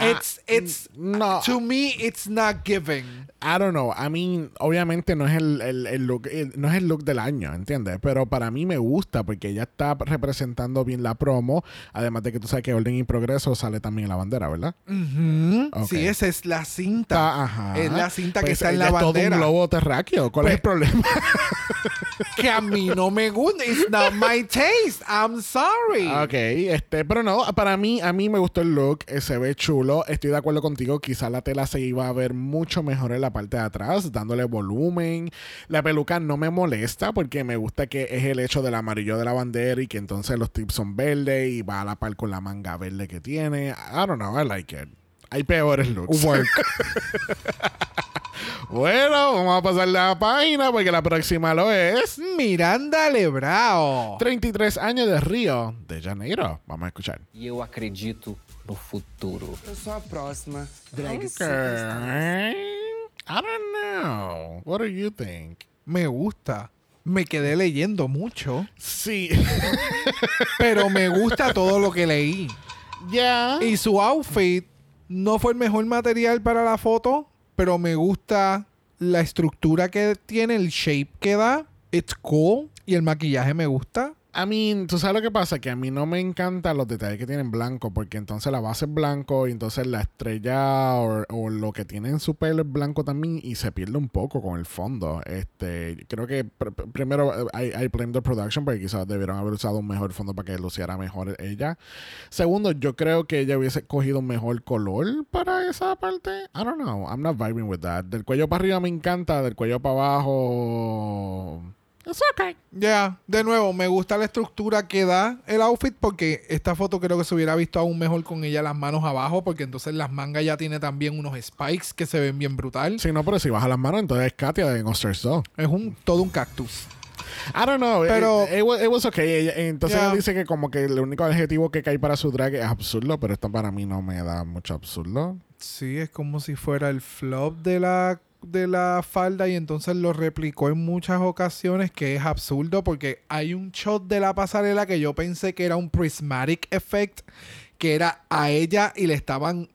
Speaker 2: It's, it's,
Speaker 1: Ah, No.
Speaker 2: to me, it's not giving.
Speaker 1: I don't know. I mean, obviamente no es el, el- el look, el- no es el look del año, ¿entiendes? Pero para mí me gusta porque ella está representando bien la promo. Además de que tú sabes que Orden y Progreso sale también la bandera, ¿verdad?
Speaker 2: Ujú.
Speaker 1: Ok.
Speaker 2: Mm,
Speaker 1: Ah.
Speaker 2: Sí, esa es la cinta.
Speaker 1: Está- ajá.
Speaker 2: Es la cinta que
Speaker 1: Pues
Speaker 2: está en
Speaker 1: ella
Speaker 2: la
Speaker 1: es
Speaker 2: bandera.
Speaker 1: todo un globo terráqueo. ¿Cuál
Speaker 2: Pues-
Speaker 1: es el problema?
Speaker 2: Que a mí no me gusta. It's not my taste. I'm sorry.
Speaker 1: Ok, este, pero no, para mí, a mí me gustó el look, eh, se ve chulo, estoy de acuerdo contigo, quizá la tela se iba a ver mucho mejor en la parte de atrás, dándole volumen, la peluca no me molesta porque me gusta que es el hecho del amarillo de la bandera y que entonces los tips son verdes y va a la par con la manga verde que tiene, I don't know, I like it. Hay peores looks. [LAUGHS] Bueno, vamos a pasar la página porque la próxima lo es.
Speaker 2: Miranda Lebrao.
Speaker 1: 33 años de Río de Janeiro. Vamos a escuchar.
Speaker 4: E eu acredito no futuro.
Speaker 7: Eu sou a próxima drag superstar.
Speaker 1: I don't know. What do you think?
Speaker 2: Me gusta. Me quedé leyendo mucho,
Speaker 1: [LAUGHS] Sí.
Speaker 2: pero me gusta todo lo que leí.
Speaker 1: ya.
Speaker 2: Y su outfit no fue el mejor material para la foto, pero me gusta la estructura que tiene, el shape que da. It's cool. Y el maquillaje me gusta.
Speaker 1: A mí, tú sabes lo que pasa, que a mí no me encantan los detalles que tienen blanco, porque entonces la base es blanco y entonces la estrella o, o lo que tiene en su pelo es blanco también y se pierde un poco con el fondo. Este, creo que pr- pr- primero eh, I, I blame the production porque quizás debieron haber usado un mejor fondo para que luciera mejor ella. Segundo, yo creo que ella hubiese cogido un mejor color para esa parte. I don't know, I'm not vibing with that. Del cuello para arriba me encanta, del cuello para abajo... It's okay.
Speaker 2: Ya, de nuevo, me gusta la estructura que da el outfit porque esta foto creo que se hubiera visto aún mejor con ella las manos abajo porque entonces las mangas ya tiene también unos spikes que se ven bien brutal.
Speaker 1: Si no, pero si baja las manos, entonces es Katia de Monsters 2.
Speaker 2: Es un todo un cactus.
Speaker 1: I don't know.
Speaker 2: Pero-
Speaker 1: it, it was, it was okay. Ella- Entonces
Speaker 2: Yeah.
Speaker 1: ella dice que como que el único adjetivo que cae para su drag es absurdo, pero esto para mí no me da mucho absurdo.
Speaker 2: Sí, es como si fuera el flop de la de la falda y entonces lo replicó en muchas ocasiones que es absurdo porque hay un shot de la pasarela que yo pensé que era un prismatic effect que era a ella y le estaban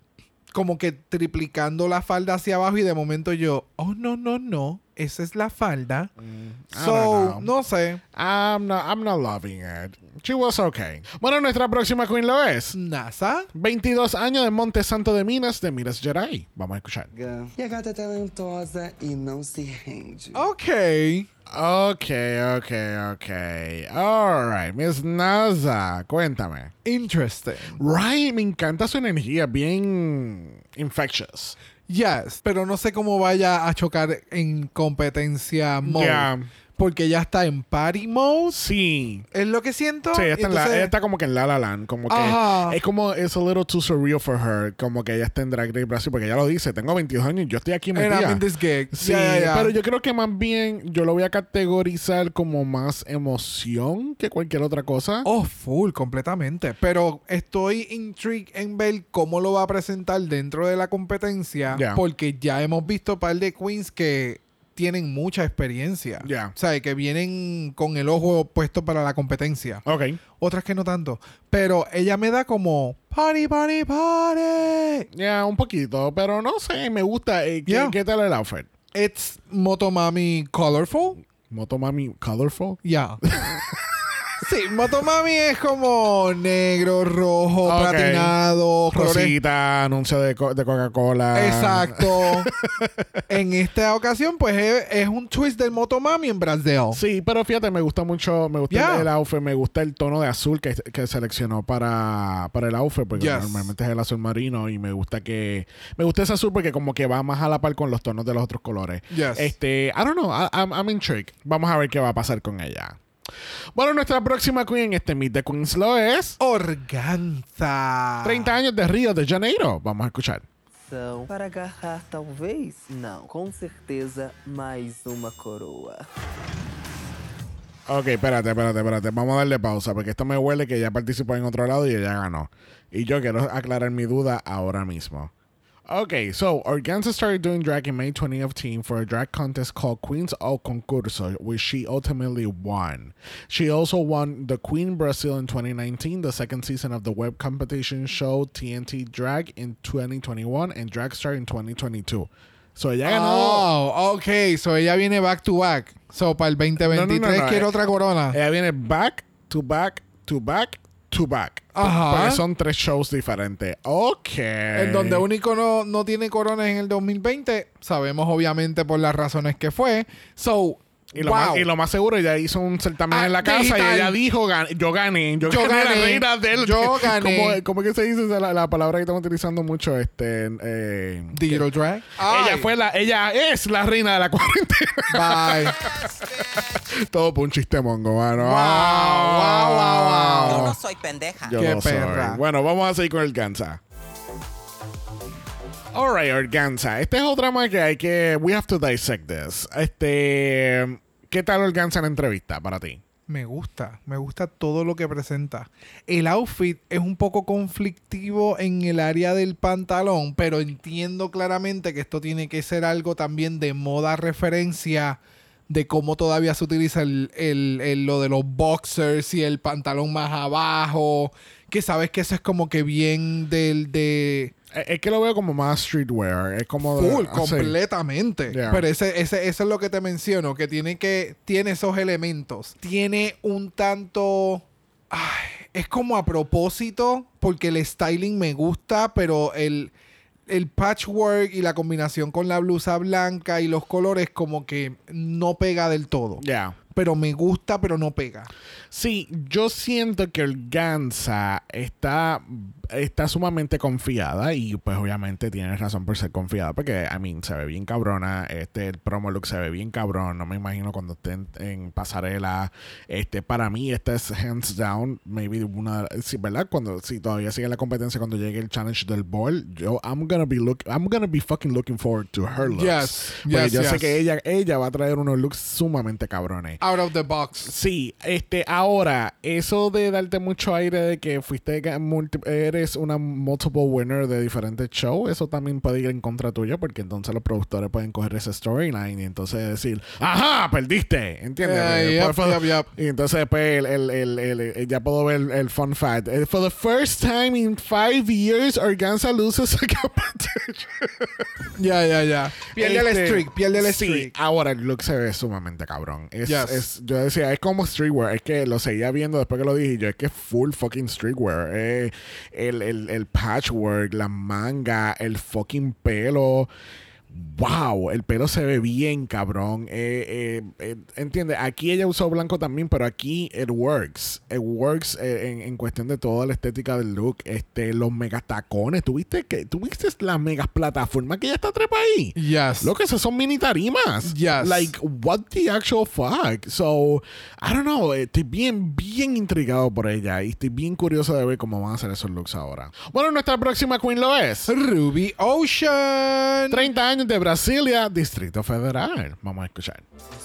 Speaker 2: como que triplicando la falda hacia abajo y de momento yo, oh no, no, no, esa es la falda.
Speaker 1: I
Speaker 2: So,
Speaker 1: don't know.
Speaker 2: Mm. Ah, no sé,
Speaker 1: I'm not, I'm not loving it. She was okay. Bueno, nuestra próxima queen lo es.
Speaker 2: NASA,
Speaker 1: 22 años de Monte Santo de Minas, de Minas Gerais. Vamos a escuchar.
Speaker 7: E a gata é talentosa e não se rende.
Speaker 2: ok.
Speaker 1: Ok, ok, ok. All right, Miss NASA, cuéntame.
Speaker 2: Interesting.
Speaker 1: Right, me encanta su energía, bien infectious.
Speaker 2: Yes, pero no sé cómo vaya a chocar en competencia mode.
Speaker 1: Yeah.
Speaker 2: Porque ya está en party mode.
Speaker 1: Sí.
Speaker 2: Es lo que siento.
Speaker 1: Sí, ella está, en la-
Speaker 2: Entonces,
Speaker 1: ella está como que en La La Land. Como que
Speaker 2: Ajá.
Speaker 1: es como, it's a little too surreal for her. Como que ella está en Drag Race Brasil, porque ella lo dice, tengo 22 años y yo estoy aquí
Speaker 2: and I'm
Speaker 1: metida.
Speaker 2: in this gig.
Speaker 1: Sí,
Speaker 2: Yeah, yeah, yeah.
Speaker 1: pero yo creo que más bien yo lo voy a categorizar como más emoción que cualquier otra cosa.
Speaker 2: Oh, full, completamente. Pero estoy intrigued en ver cómo lo va a presentar dentro de la competencia.
Speaker 1: Yeah.
Speaker 2: Porque ya hemos visto un par de queens que tienen mucha experiencia.
Speaker 1: Yeah.
Speaker 2: O sea, que vienen con el ojo puesto para la competencia.
Speaker 1: Ok.
Speaker 2: Otras que no tanto. Pero ella me da como... Party, party, party.
Speaker 1: Ya, un poquito, pero no sé, me gusta. Eh, ¿qué,
Speaker 2: Yeah.
Speaker 1: qué tal el outfit?
Speaker 2: It's Motomami colorful.
Speaker 1: Motomami colorful.
Speaker 2: Yeah. [LAUGHS] sí, Motomami es como negro, rojo,
Speaker 1: Ok.
Speaker 2: platinado, colores.
Speaker 1: Rosita, anuncio de, co- de Coca-Cola. [LAUGHS]
Speaker 2: Exacto. en esta ocasión, pues es, es un twist del Motomami en Brasil.
Speaker 1: Sí, pero fíjate, me gusta mucho, me gusta
Speaker 2: Yeah.
Speaker 1: el, el outfit, me gusta el tono de azul que, que seleccionó para, para el outfit, porque
Speaker 2: Yes.
Speaker 1: normalmente es el azul marino y me gusta que, me gusta ese azul porque como que va más a la par con los tonos de los otros colores.
Speaker 2: Yes.
Speaker 1: Este, I don't know, I- I'm, I'm intrigued. Vamos a ver qué va a pasar con ella. Bueno, nuestra próxima queen en este Meet the Queens lo es.
Speaker 2: Organza.
Speaker 1: 30 años de Río de Janeiro. Vamos a escuchar.
Speaker 9: São para agarrar, talvez? Não, com certeza, mais uma coroa.
Speaker 1: Ok, espérate, espérate, espérate. Vamos a darle pausa porque esto me huele que ya participó en otro lado y ella ganó. Y yo quiero aclarar mi duda ahora mismo. Ok, so Organza started doing drag in May 2018 for a drag contest called Queens O Concurso, which she ultimately won. She also won the Queen Brazil in 2019, the second season of the web competition show TNT Drag in 2021, and Dragstar in 2022. So ella ganó.
Speaker 2: Oh, ok. So ella viene back to back. So para el 2023
Speaker 1: No, no, no, no.
Speaker 2: quiere otra corona.
Speaker 1: Ella viene back to back to back to back.
Speaker 2: Ajá.
Speaker 1: Porque son tres shows diferentes. Ok.
Speaker 2: En
Speaker 1: Eh.
Speaker 2: donde único no, no tiene coronas en el 2020, sabemos obviamente por las razones que fue. So,
Speaker 1: y lo,
Speaker 2: wow.
Speaker 1: más, y lo más seguro, ella hizo un certamen
Speaker 2: Ah,
Speaker 1: en la casa
Speaker 2: digital.
Speaker 1: y ella dijo, "Gan- yo gané, yo,
Speaker 2: Yo
Speaker 1: gané,
Speaker 2: gané,
Speaker 1: la reina del...
Speaker 2: yo gané.
Speaker 1: [LAUGHS] ¿Cómo, cómo que se dice esa- la, la palabra que estamos utilizando mucho? Este, eh,
Speaker 2: Digital drag.
Speaker 1: ella
Speaker 2: Ay,
Speaker 1: fue la, ella es la reina de la [LAUGHS] cuarentena. [LAUGHS]
Speaker 2: Bye.
Speaker 1: Todo por un chiste mongo, mano.
Speaker 2: Wow,
Speaker 1: Oh.
Speaker 2: wow, wow, wow.
Speaker 3: Eu não sou pendeja.
Speaker 1: Yo
Speaker 2: Ah, Qué
Speaker 1: no soy.
Speaker 2: perra.
Speaker 1: Bueno, vamos a seguir con el Gansa. Alright, Organza. Este es otra más que hay que. We have to dissect this. Este. ¿Qué tal Organza en la entrevista para ti?
Speaker 2: Me gusta, me gusta todo lo que presenta. El outfit es un poco conflictivo en el área del pantalón, pero entiendo claramente que esto tiene que ser algo también de moda referencia de cómo todavía se utiliza el, el- el- lo de los boxers y el pantalón más abajo, que sabes que eso es como que bien del de
Speaker 1: Eh, Es que lo veo como más streetwear. Es como. de- ah,
Speaker 2: full
Speaker 1: así.
Speaker 2: completamente.
Speaker 1: Yeah.
Speaker 2: Pero ese, ese, eso es lo que te menciono, que tiene que tiene esos elementos. Tiene un tanto ay, es como a propósito porque el styling me gusta, pero el el patchwork y la combinación con la blusa blanca y los colores como que no pega del todo.
Speaker 1: Yeah.
Speaker 2: Pero me gusta, pero no pega.
Speaker 1: Sí, yo siento que Organza está, está sumamente confiada y pues obviamente tienes razón por ser confiada porque, I mean, se ve bien cabrona, este, el promo look se ve bien cabrón, no me imagino cuando estén en pasarela, este, para mí esta es hands down, maybe una, sí, ¿verdad? Cuando, si todavía sigue la competencia, cuando llegue el challenge del ball, yo, I'm gonna be look, I'm gonna be fucking looking forward to her looks.
Speaker 2: Yes,
Speaker 1: Porque
Speaker 2: yes,
Speaker 1: yo sé
Speaker 2: yes.
Speaker 1: que ella, ella va a traer unos looks sumamente cabrones.
Speaker 2: Out of the box.
Speaker 1: Sí, este, ahora, eso de darte mucho aire de que fuiste ga- multi- eres una multiple winner de diferentes shows, eso también puede ir en contra tuya, porque entonces los productores pueden coger ese storyline y entonces decir, ajá, perdiste, ¿entiendes?
Speaker 2: Eh,
Speaker 1: Eh,
Speaker 2: yup,
Speaker 1: por favor.
Speaker 2: yup, yup.
Speaker 1: Y entonces después el, el, el, el- el- ya puedo ver el, el fun fact. Eh, For the first time in five years, Organza loses a competition.
Speaker 2: Ya, ya, ya. Pierde el
Speaker 1: Este,
Speaker 2: streak, pierde el
Speaker 1: sí,
Speaker 2: streak.
Speaker 1: ahora el look se ve sumamente cabrón. Es,
Speaker 2: Yes.
Speaker 1: es- yo decía, es como streetwear. Es que lo seguía viendo después que lo dije. y Yo, es que es full fucking streetwear. Eh, el, el- el patchwork, la manga, el fucking pelo. Wow, el pelo se ve bien, cabrón. Eh, eh, eh, entiende, aquí ella usó blanco también, pero aquí it works. It works eh, en, en cuestión de toda la estética del look. Este, los megas tacones. ¿Tuviste que, tuviste las megas plataformas que ella está trepa ahí?
Speaker 2: Yes.
Speaker 1: Look, esas son mini tarimas.
Speaker 2: Yes.
Speaker 1: Like, what the actual fuck? So, I don't know. Estoy bien, bien intrigado por ella y estoy bien curioso de ver cómo van a hacer esos looks ahora. Bueno, nuestra próxima queen lo es.
Speaker 2: Ruby Ocean.
Speaker 1: 30 años de Brasilia, Distrito Federal. Vamos a escuchar.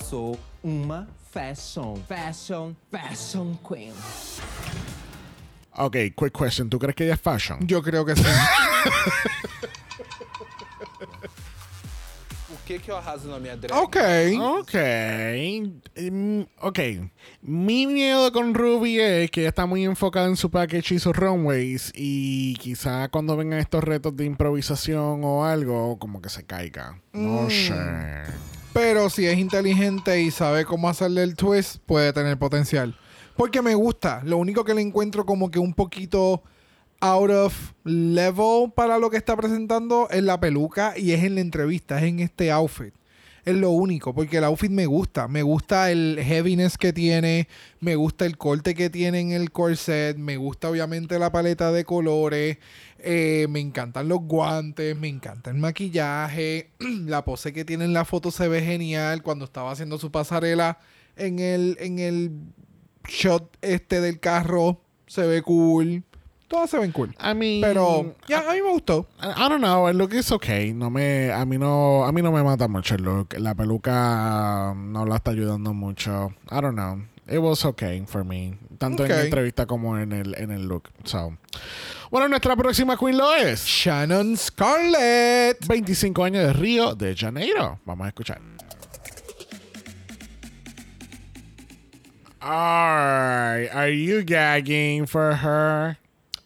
Speaker 10: Sou uma fashion, fashion, fashion queen.
Speaker 1: Ok, quick question. ¿Tú crees que ella es fashion?
Speaker 2: Yo
Speaker 1: [LAUGHS]
Speaker 2: creo que sí.
Speaker 8: Por que, que eu arraso na minha drag?
Speaker 2: ok.
Speaker 1: Ok. Mm, ok. Mi miedo con Ruby es que ella está muy enfocada en su package y sus runways. Y quizá cuando vengan estos retos de improvisación o algo, como que se caiga. No sé.
Speaker 2: Pero si es inteligente y sabe cómo hacerle el twist, puede tener potencial. Porque me gusta. Lo único que le encuentro como que un poquito out of level para lo que está presentando es la peluca y es en la entrevista, es en este outfit. Es lo único, porque el outfit me gusta. Me gusta el heaviness que tiene, me gusta el corte que tiene en el corset, me gusta obviamente la paleta de colores, eh, me encantan los guantes, me encanta el maquillaje, [CLEARS THROAT] la pose que tiene en la foto se ve genial cuando estaba haciendo su pasarela en el, en el shot este del carro, se ve cool. Todas se ven cool.
Speaker 1: I mean,
Speaker 2: Pero ya, a mí me gustó.
Speaker 1: I I don't know, el look is okay. No me, a mí no, a mí no me mata mucho el look. La peluca um, no la está ayudando mucho. I don't know. It was okay for me. Tanto en la
Speaker 2: Ok.
Speaker 1: entrevista como en el, en el look. So. Bueno, nuestra próxima queen lo es.
Speaker 2: Shannon Scarlett.
Speaker 1: 25 años de Río de Janeiro. Vamos a escuchar. Alright, are you gagging for her?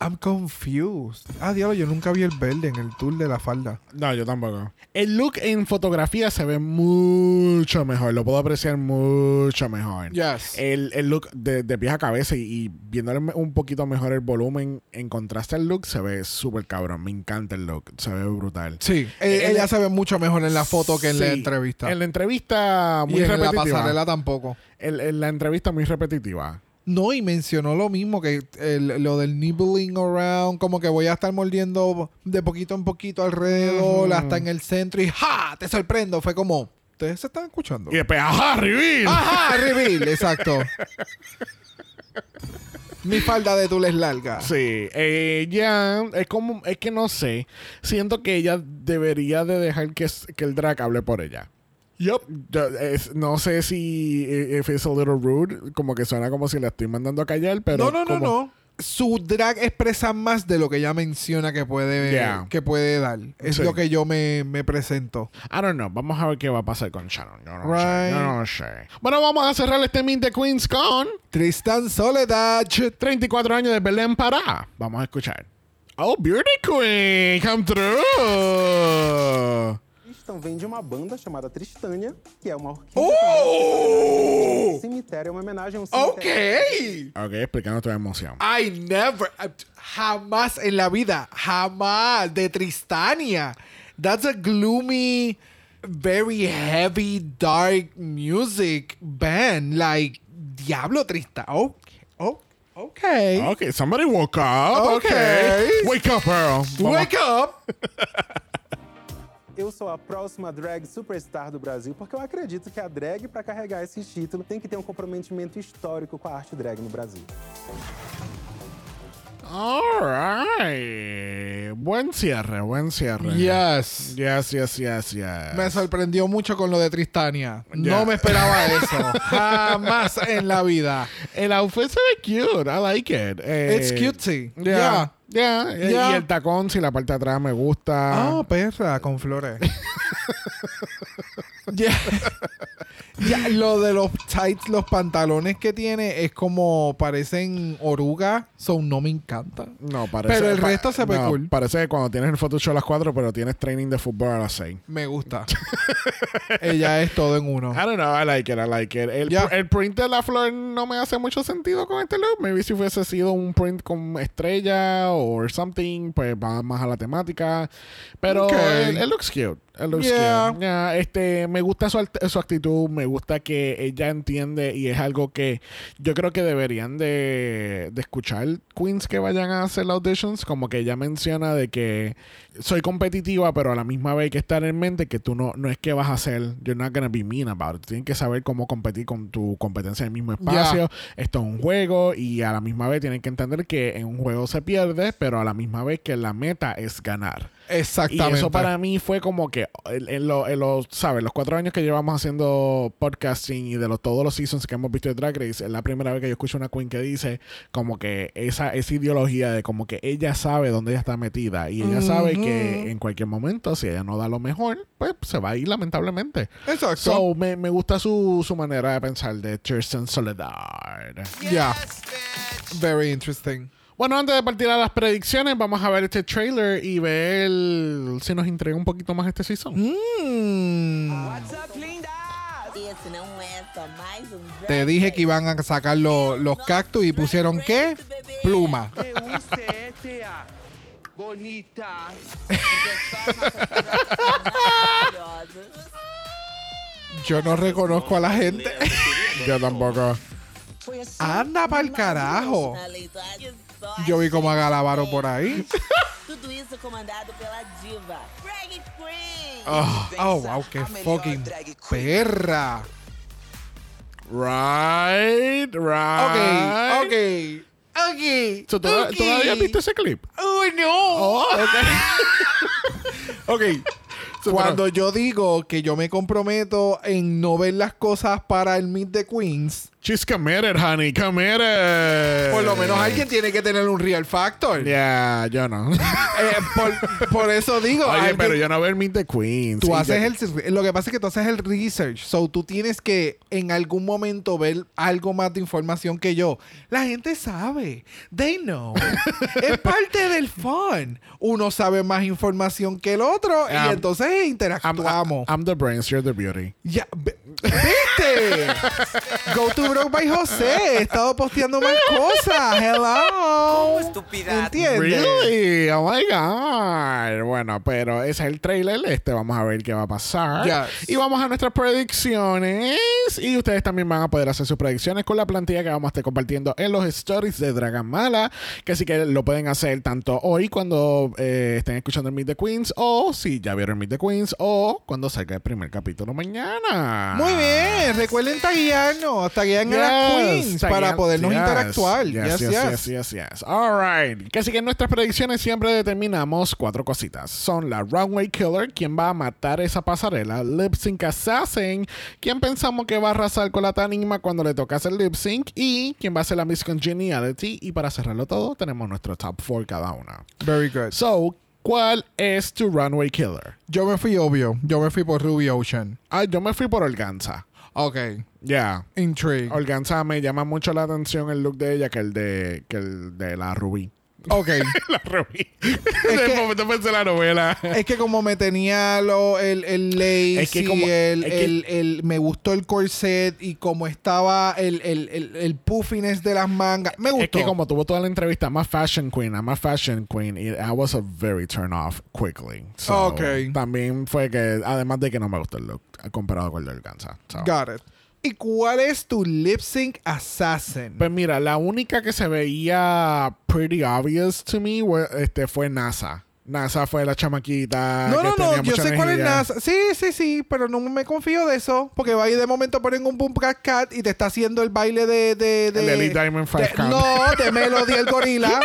Speaker 2: I'm confused. Ah, diablo, yo nunca vi el verde en el tour de la falda.
Speaker 1: No, yo tampoco. El look en fotografía se ve mucho mejor. Lo puedo apreciar mucho mejor.
Speaker 2: Yes.
Speaker 1: El, el look de, de pies a cabeza y, y viéndole me- un poquito mejor el volumen en contraste al look se ve súper cabrón. Me encanta el look. Se ve brutal.
Speaker 2: sí.
Speaker 1: el-
Speaker 2: Eh, ella se ve mucho mejor en la foto que en la
Speaker 1: Sí.
Speaker 2: entrevista.
Speaker 1: En la entrevista muy
Speaker 2: y en la
Speaker 1: repetitiva.
Speaker 2: pasarela tampoco.
Speaker 1: El- en la entrevista muy repetitiva.
Speaker 2: No, y mencionó lo mismo que el- lo del nibbling around, como que voy a estar mordiendo de poquito en poquito alrededor, hasta en el centro y ¡ja! Te sorprendo. Fue como, ¿ustedes se están escuchando?
Speaker 1: Y después, ¡ajá, reveal!
Speaker 2: [LAUGHS] ¡Ajá! Reveal, exacto. Mi falda de tula es larga.
Speaker 1: Sí, ella es como, es que no sé, siento que ella debería de dejar que, s- que el drag hable por ella. Yup. Yo, es- no sé si eh, if it's a little rude, como que suena como si la estoy mandando a callar, pero
Speaker 2: no, no, no,
Speaker 1: como-
Speaker 2: no. Su drag expresa más de lo que ella menciona que puede,
Speaker 1: Yeah.
Speaker 2: que puede dar. Es
Speaker 1: Sí.
Speaker 2: lo que yo me, me presento.
Speaker 1: I don't know. Vamos a ver qué va a pasar con Sharon. Yo no sé.
Speaker 2: Right.
Speaker 1: Yo no sé. Bueno, vamos a cerrar este Meet the Queens con
Speaker 2: Tristan Soledad.
Speaker 1: 34 años de Belén Pará. Vamos a escuchar. Oh, Beauty Queen, come through.
Speaker 9: Tristan Então vem de uma banda chamada Tristânia, que é uma orquestra.
Speaker 2: ¡Oh!
Speaker 9: Cemitério é uma homenagem a um cemitério.
Speaker 2: Ok.
Speaker 1: Ok, explicando tu emoción.
Speaker 2: I never, jamás en la vida, jamás de Tristania. That's a gloomy, very heavy, dark music band. Like, Diablo Trista. Oh, oh, okay.
Speaker 1: Okay, somebody woke up. Okay.
Speaker 2: Okay.
Speaker 1: Wake up, Earl.
Speaker 2: Wake up!
Speaker 9: Eu sou a próxima drag superstar do Brasil, porque eu acredito que a drag, para carregar esse título, tem que ter um comprometimento histórico com a arte drag no Brasil.
Speaker 1: All right. Buen cierre, buen cierre.
Speaker 2: Yes.
Speaker 1: Yes, yes, yes, yes.
Speaker 2: Me sorprendió mucho con lo de Tristania.
Speaker 1: Yeah.
Speaker 2: No me
Speaker 1: [LAUGHS]
Speaker 2: esperaba eso. Jamás en la vida.
Speaker 1: El outfit se ve cute. I like it. Eh,
Speaker 2: It's cutesy.
Speaker 1: Yeah.
Speaker 2: Yeah.
Speaker 1: Yeah. Eh,
Speaker 2: Yeah.
Speaker 1: Y el tacón, si la parte de atrás me gusta.
Speaker 2: Ah, perra,
Speaker 1: [LAUGHS]
Speaker 2: con flores. Ya, Ya, lo de los tights, los pantalones que tiene es como parecen orugas, son no me encanta.
Speaker 1: No, parece.
Speaker 2: Pero el
Speaker 1: pa-
Speaker 2: resto se ve
Speaker 1: no,
Speaker 2: cool.
Speaker 1: Parece que cuando tienes el Photoshop a las 4, pero tienes training de fútbol a las 6. [LAUGHS]
Speaker 2: Me gusta. Ella es todo en uno.
Speaker 1: I don't know, I like it, I like it. El,
Speaker 2: Yeah.
Speaker 1: pr- el print de la flor no me hace mucho sentido con este look. Maybe si hubiese sido un print con estrella o something, pues va más a la temática. Pero
Speaker 2: Ok.
Speaker 1: it, it looks cute. It looks
Speaker 2: Yeah.
Speaker 1: cute. Yeah, este, me gusta su, act- su actitud, me gusta que ella entiende y es algo que yo creo que deberían de, de escuchar queens que vayan a hacer las auditions. Como que ella menciona de que soy competitiva, pero a la misma vez hay que estar en mente que tú no, no es que vas a ser, you're not gonna be mean about it. Tienes que saber cómo competir con tu competencia en el mismo espacio. Esto es un juego y a la misma vez tienen que entender que en un juego se pierde, pero a la misma vez que la meta es ganar. Y
Speaker 2: Exactamente.
Speaker 1: eso para mí fue como que en, en lo- en los, ¿sabes? Los cuatro años que llevamos haciendo podcasting y de los, todos los seasons que hemos visto de Drag Race, es la primera vez que yo escucho una queen que dice como que esa, esa ideología de como que ella sabe dónde ella está metida y ella sabe que en cualquier momento, si ella no da lo mejor, pues se va a ir lamentablemente.
Speaker 2: Exacto.
Speaker 1: So, me, me gusta su, su manera de pensar de Tristan Soledad.
Speaker 2: yeah. Very interesting.
Speaker 1: Bueno, antes de partir a las predicciones, vamos a ver este trailer y ver si nos entrega un poquito más este season. Hmm.
Speaker 11: é um
Speaker 2: Te dije que iban a sacar lo- los cactus y pusieron qué? Pluma.
Speaker 6: T-U-C-T-A. Bonita.
Speaker 2: Yo no reconozco a la gente. [LAUGHS]
Speaker 1: Yo tampoco.
Speaker 2: Anda pa'l carajo. Yo vi como a Galavaro por ahí.
Speaker 11: Tudo isso comandado pela diva. Drag Queen!
Speaker 2: Oh, wow, qué fucking perra.
Speaker 1: Right, right.
Speaker 2: Ok, ok. Ok.
Speaker 1: So, ¿toda-
Speaker 2: ok.
Speaker 1: ¿Todavía viste ese clip?
Speaker 2: ¡Uy, no! Oh, [LAUGHS] ok. Cuando yo digo que yo me comprometo en no ver las cosas para el Meet the Queens,
Speaker 1: She's committed, honey, committed.
Speaker 2: por lo menos alguien tiene que tener un real factor.
Speaker 1: Yeah, yo no.
Speaker 2: [LAUGHS] Eh, por, por eso digo.
Speaker 1: Oye,
Speaker 2: alguien-
Speaker 1: pero yo no veo el Meet the Queens.
Speaker 2: Tú
Speaker 1: Y
Speaker 2: haces
Speaker 1: yo-
Speaker 2: el, lo que pasa es que tú haces el research. So, tú tienes que en algún momento ver algo más de información que yo. La gente sabe. They
Speaker 1: [LAUGHS]
Speaker 2: know. es parte del fun. Uno sabe más información que el otro
Speaker 1: Um,
Speaker 2: y entonces
Speaker 1: I'm,
Speaker 2: interactuamos.
Speaker 1: I'm the brains, you're the beauty.
Speaker 2: Ya, ve-
Speaker 1: [LAUGHS] [LAUGHS]
Speaker 2: ¿Viste? Go to Broke by José. He estado posteando más cosas. Hello.
Speaker 1: Hello.
Speaker 3: Estupidez.
Speaker 1: Really? Oh my God. Bueno, pero ese es el trailer este. Vamos a ver qué va a pasar.
Speaker 2: Yes.
Speaker 1: Y vamos a nuestras predicciones. Y ustedes también van a poder hacer sus predicciones con la plantilla que vamos a estar compartiendo en los stories de Dragon Mala. Que sí que lo pueden hacer tanto hoy cuando eh, estén escuchando el Meet the Queens. O si ya vieron el Meet the Queens. O cuando salga el primer capítulo mañana.
Speaker 2: Muy bien, recuerden taguearnos, taguearnos a las
Speaker 1: Yes,
Speaker 2: queens
Speaker 1: tag-
Speaker 2: para podernos
Speaker 1: yes,
Speaker 2: interactuar.
Speaker 1: Yes, yes, yes, yes, yes. All right. Que así que en nuestras predicciones siempre determinamos cuatro cositas. Son la Runway Killer, quien va a matar esa pasarela, Lip Sync Assassin, quien pensamos que va a arrasar con la tarima cuando le toca hacer lip sync y quien va a hacer la Miss Congeniality. Y para cerrarlo todo, tenemos nuestro top 4 cada una.
Speaker 2: Very good.
Speaker 1: So, ¿cuál es tu Runway Killer?
Speaker 2: Yo me fui obvio, yo me fui por Ruby Ocean.
Speaker 1: Ah, yo me fui por Organza.
Speaker 2: Ok,
Speaker 1: Yeah.
Speaker 2: intrigue.
Speaker 1: [LAUGHS] Organza me llama mucho la atención el look de ella que el de, que el de la rubí. [LAUGHS]
Speaker 2: Ok,
Speaker 1: la rubí. De
Speaker 2: que-
Speaker 1: momento pensé en la novela.
Speaker 2: [LAUGHS] es que como [LAUGHS] me tenía lo, el, el lace
Speaker 1: Es que
Speaker 2: y
Speaker 1: como-
Speaker 2: el,
Speaker 1: es que-
Speaker 2: el- el- me gustó el corset y como estaba el, el, el, el puffiness de las mangas, me gustó.
Speaker 1: Es que como tuvo toda la entrevista, I'm a fashion queen, I'm a fashion queen, y I was a very turn off quickly. So,
Speaker 2: Ok.
Speaker 1: También fue que, además de que no me gustó el look comparado con el de Organza. So.
Speaker 2: Got it. ¿Y cuál es tu lip sync assassin?
Speaker 1: Pues mira, la única que se veía pretty obvious to me fue, este, fue NASA. NASA fue la chamaquita.
Speaker 2: No,
Speaker 1: Ah, que
Speaker 2: no,
Speaker 1: tenía
Speaker 2: no, yo
Speaker 1: mucha
Speaker 2: sé cuál es
Speaker 1: energía.
Speaker 2: NASA. Sí, sí, sí, pero no me confío de eso. Porque va y de momento ponen un boom cat cat y te está haciendo el baile de. de, de
Speaker 1: El de Elite Diamond Five
Speaker 2: de-
Speaker 1: Count.
Speaker 2: No, de Melody el gorila.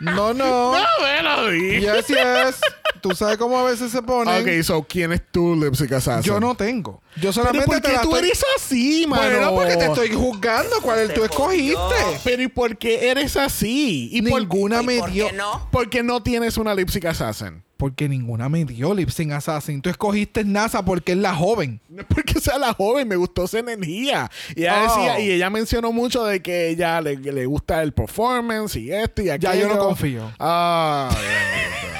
Speaker 2: No, no.
Speaker 1: No, Ah, lo vi.
Speaker 2: Yes, yes. Tú sabes cómo a veces se ponen.
Speaker 1: Ah, Ok, so, ¿quién es tu lipstick assassin?
Speaker 2: Yo no tengo. Yo solamente
Speaker 1: Pero ¿por
Speaker 2: te
Speaker 1: qué
Speaker 2: la
Speaker 1: tú
Speaker 2: estoy-
Speaker 1: eres así, mano? Ah,
Speaker 2: Bueno, porque te estoy juzgando cuál el tú
Speaker 3: Se
Speaker 2: escogiste.
Speaker 3: jodió.
Speaker 1: Pero ¿y por qué eres así? ¿Y por-
Speaker 2: Ninguna me
Speaker 3: ¿Por
Speaker 2: dio.
Speaker 3: qué no?
Speaker 1: Porque no tienes una lipstick assassin.
Speaker 2: Porque ninguna me dio Lip Sync Assassin. Tú escogiste NASA porque es la joven.
Speaker 1: No es Porque sea la joven, me gustó esa energía. Y ella,
Speaker 2: Oh.
Speaker 1: decía, y ella mencionó mucho de que ella le, le gusta el performance y esto y aquello.
Speaker 2: yo no confío.
Speaker 1: Ah, Dios mío.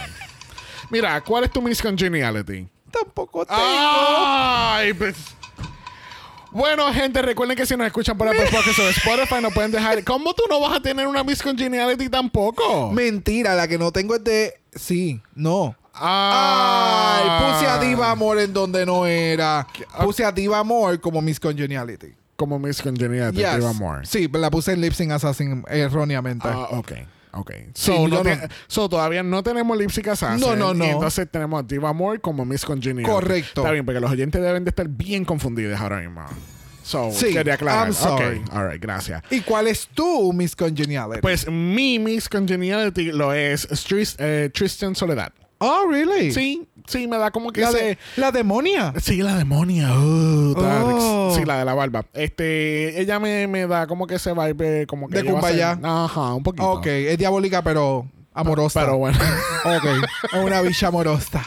Speaker 1: Mira, ¿cuál es tu Miss Congeniality?
Speaker 2: Tampoco tengo.
Speaker 1: Ah, Ay, pues. Bueno, gente, recuerden que si nos escuchan por Apple Podcasts o Spotify, nos pueden dejar. ¿Cómo tú no vas a tener una Miss Congeniality tampoco?
Speaker 2: Mentira, la que no tengo es de. Sí, no. Ay,
Speaker 1: Ay,
Speaker 2: puse a Diva Amor en donde no era. Puse a Diva Amor como Miss Congeniality.
Speaker 1: Como Miss Congeniality,
Speaker 2: Yes.
Speaker 1: Diva Moore.
Speaker 2: Sí, pero la puse en Lip Sync Assassin erróneamente.
Speaker 1: Ah, ok. Ok. So,
Speaker 2: yo
Speaker 1: no
Speaker 2: no-
Speaker 1: te- so, todavía no tenemos Lipsy Assassin.
Speaker 2: No, no, no.
Speaker 1: Y entonces tenemos a Diva Moore como Miss Congeniality.
Speaker 2: Correcto.
Speaker 1: Está bien, porque los oyentes deben de estar bien confundidos ahora mismo. So,
Speaker 2: Sí,
Speaker 1: quería aclarar.
Speaker 2: I'm sorry.
Speaker 1: Ok, all right, gracias.
Speaker 2: ¿Y cuál es tu Miss Congeniality?
Speaker 1: Pues mi Miss Congeniality lo es Tris- eh, Tristan Soledad.
Speaker 2: oh, really?
Speaker 1: Sí, sí, me da como que
Speaker 2: La,
Speaker 1: ese-
Speaker 2: de- la demonia.
Speaker 1: Sí, la demonia. Oh, Darks.
Speaker 2: Oh.
Speaker 1: Sí, la de la barba. Este, ella me, me da como que ese vibe eh, como que
Speaker 2: De
Speaker 1: ella va a ser-
Speaker 2: Kumbaya.
Speaker 1: Ajá, un poquito.
Speaker 2: Ok, es diabólica, pero amorosa.
Speaker 1: Pero bueno. [LAUGHS]
Speaker 2: Ok, es una bicha amorosa.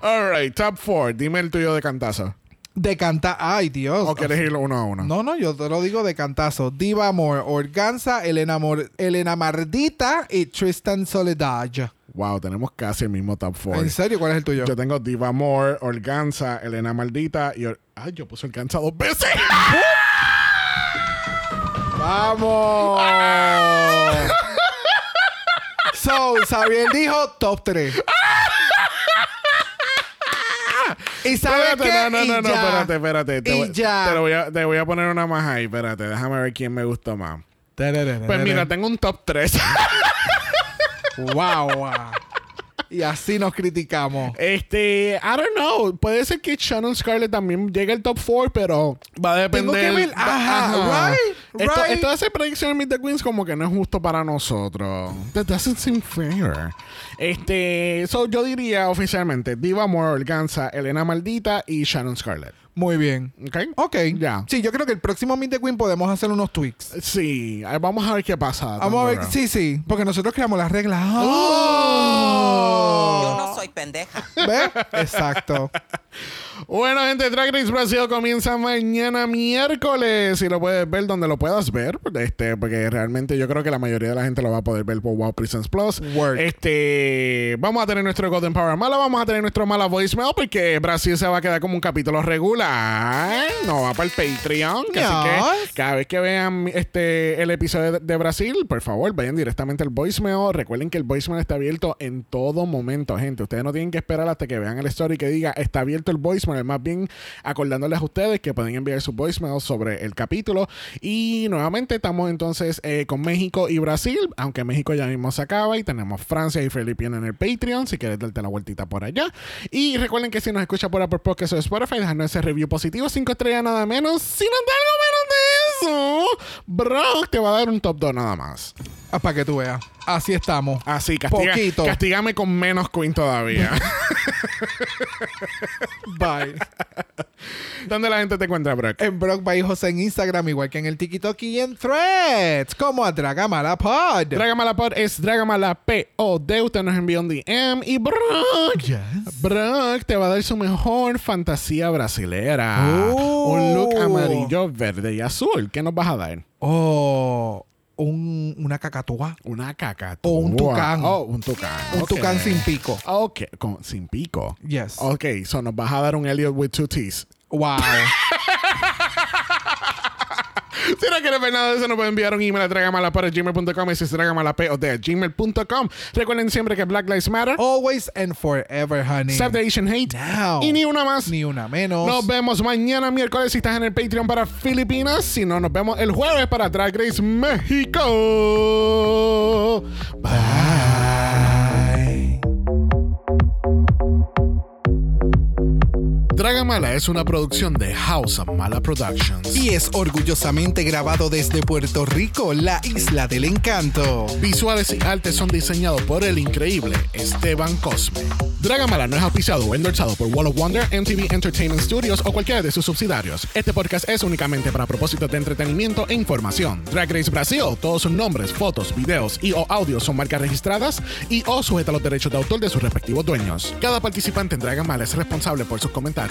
Speaker 1: All right, top four. Dime el tuyo de cantazo.
Speaker 2: De cantar. Ay, Dios.
Speaker 1: O quieres ir uno a uno.
Speaker 2: No, no, yo te lo digo de cantazo. Diva Amor, Organza, Elena, Mor- Elena Mardita y Tristan Soledad.
Speaker 1: Wow, tenemos casi el mismo top four.
Speaker 2: ¿En serio? ¿Cuál es el tuyo?
Speaker 1: Yo tengo Diva Moore, Organza, Elena Maldita y... Or- Ay, yo puse Organza dos veces. [LAUGHS] [LAUGHS]
Speaker 2: ¡Vamos! so, Xavier dijo top
Speaker 1: [LAUGHS]
Speaker 2: 3. ¿Y sabes
Speaker 1: Espérate,
Speaker 2: qué?
Speaker 1: no, no,
Speaker 2: Y
Speaker 1: no, no,
Speaker 2: ya.
Speaker 1: espérate, espérate. Te,
Speaker 2: Y
Speaker 1: voy,
Speaker 2: ya.
Speaker 1: Te, lo voy a, te voy a poner una más ahí, espérate. Déjame ver quién me gustó más. Pues mira, tengo un top 3.
Speaker 2: Wow, wow. Y así nos criticamos.
Speaker 1: [LAUGHS] este, I don't know. Puede ser que Shannon Scarlett también llegue al top 4, pero va a
Speaker 2: Tengo
Speaker 1: depender.
Speaker 2: que ver. Ajá, right,
Speaker 1: Esto,
Speaker 2: right.
Speaker 1: esto de hacer predicciones en Meet the Queens como que no es justo para nosotros. That doesn't seem fair. Este, so yo diría oficialmente Diva Moore, Organza, Elena Maldita y Shannon Scarlett.
Speaker 2: Muy bien.
Speaker 1: ¿Ok?
Speaker 2: Ok.
Speaker 1: Ya.
Speaker 2: Sí, yo creo que el próximo Meet the Queen podemos hacer unos tweaks.
Speaker 1: Sí, eh, vamos a ver qué pasa.
Speaker 2: Vamos a ver.
Speaker 1: Tamara.
Speaker 2: Sí, sí. Porque nosotros creamos las reglas. ¡Oh!
Speaker 1: Oh.
Speaker 3: Yo no soy pendeja.
Speaker 2: ¿Ves? Exacto.
Speaker 1: Bueno, gente, Drag Race Brasil comienza mañana miércoles. Y lo puedes ver donde lo puedas ver. Este, porque realmente yo creo que la mayoría de la gente lo va a poder ver por Wow Prisons Plus.
Speaker 2: Word.
Speaker 1: Este, vamos a tener nuestro Golden Power Mala, vamos a tener nuestro Mala Voicemail, porque Brasil se va a quedar como un capítulo regular. No va para el Patreon. que Así
Speaker 2: Yes.
Speaker 1: que cada vez que vean este, el episodio de, de Brasil, por favor, vayan directamente al voicemail. Recuerden que el voicemail está abierto en todo momento, gente. Ustedes no tienen que esperar hasta que vean el story que diga está abierto el voicemail. Más bien acordándoles a ustedes que pueden enviar su voicemail sobre el capítulo. Y nuevamente estamos entonces eh, con México y Brasil, aunque México ya mismo se acaba y tenemos Francia y Filipinas en el Patreon, si quieres darte la vueltita por allá. Y recuerden que si nos escucha por Apple Podcast o Spotify, dejarnos ese review positivo, 5 estrellas nada menos, si no da algo menos de eso, bro, te va a dar un top 2 nada más.
Speaker 2: Ah, para que tú veas. Así estamos.
Speaker 1: Así, castiga,
Speaker 2: Poquito.
Speaker 1: castígame con menos queen [LAUGHS] todavía.
Speaker 2: Bye.
Speaker 1: ¿Dónde la gente te encuentra, Brock?
Speaker 2: En Brock by José en Instagram, igual que en el TikTok y en Threads. Como a Dragamala Pod.
Speaker 1: Dragamala Pod es Dragamala P.O.D. Usted nos envía un DM y Brock, Brock te va a dar su mejor fantasía brasilera.
Speaker 2: Oh.
Speaker 1: Un look amarillo, verde y azul. ¿Qué nos vas a dar?
Speaker 2: o Oh, un, una cacatúa.
Speaker 1: Una cacatúa.
Speaker 2: O un tucán.
Speaker 1: Oh, un tucán.
Speaker 2: Un
Speaker 1: Ok.
Speaker 2: tucán sin pico.
Speaker 1: Ok, con- sin pico.
Speaker 2: Yes.
Speaker 1: Ok, so nos vas a dar un Elliot with two T's. [LAUGHS]
Speaker 2: Wow.
Speaker 1: Si no quieres ver nada de eso, nos puede enviar un email a dragamalap.gmail.com y si es dragamalap.gmail.com. Recuerden siempre que Black Lives Matter,
Speaker 2: Always and forever, honey.
Speaker 1: Save the Asian Hate
Speaker 2: Oh, Now.
Speaker 1: y ni una más.
Speaker 2: Ni una menos.
Speaker 1: Nos vemos mañana miércoles si estás en el Patreon para Filipinas. Si no, nos vemos el jueves para Drag Race México. Bye. Dragamala es una producción de House of Mala Productions.
Speaker 2: Y es orgullosamente grabado desde Puerto Rico, la isla del encanto.
Speaker 1: Visuales y artes son diseñados por el increíble Esteban Cosme. Dragamala no es auspiciado o endorsado por Wall of Wonder, MTV Entertainment Studios o cualquiera de sus subsidiarios. Este podcast es únicamente para propósitos de entretenimiento e información. Drag Race Brasil, todos sus nombres, fotos, videos y o audios son marcas registradas y o sujeta a los derechos de autor de sus respectivos dueños. Cada participante en Dragamala es responsable por sus comentarios.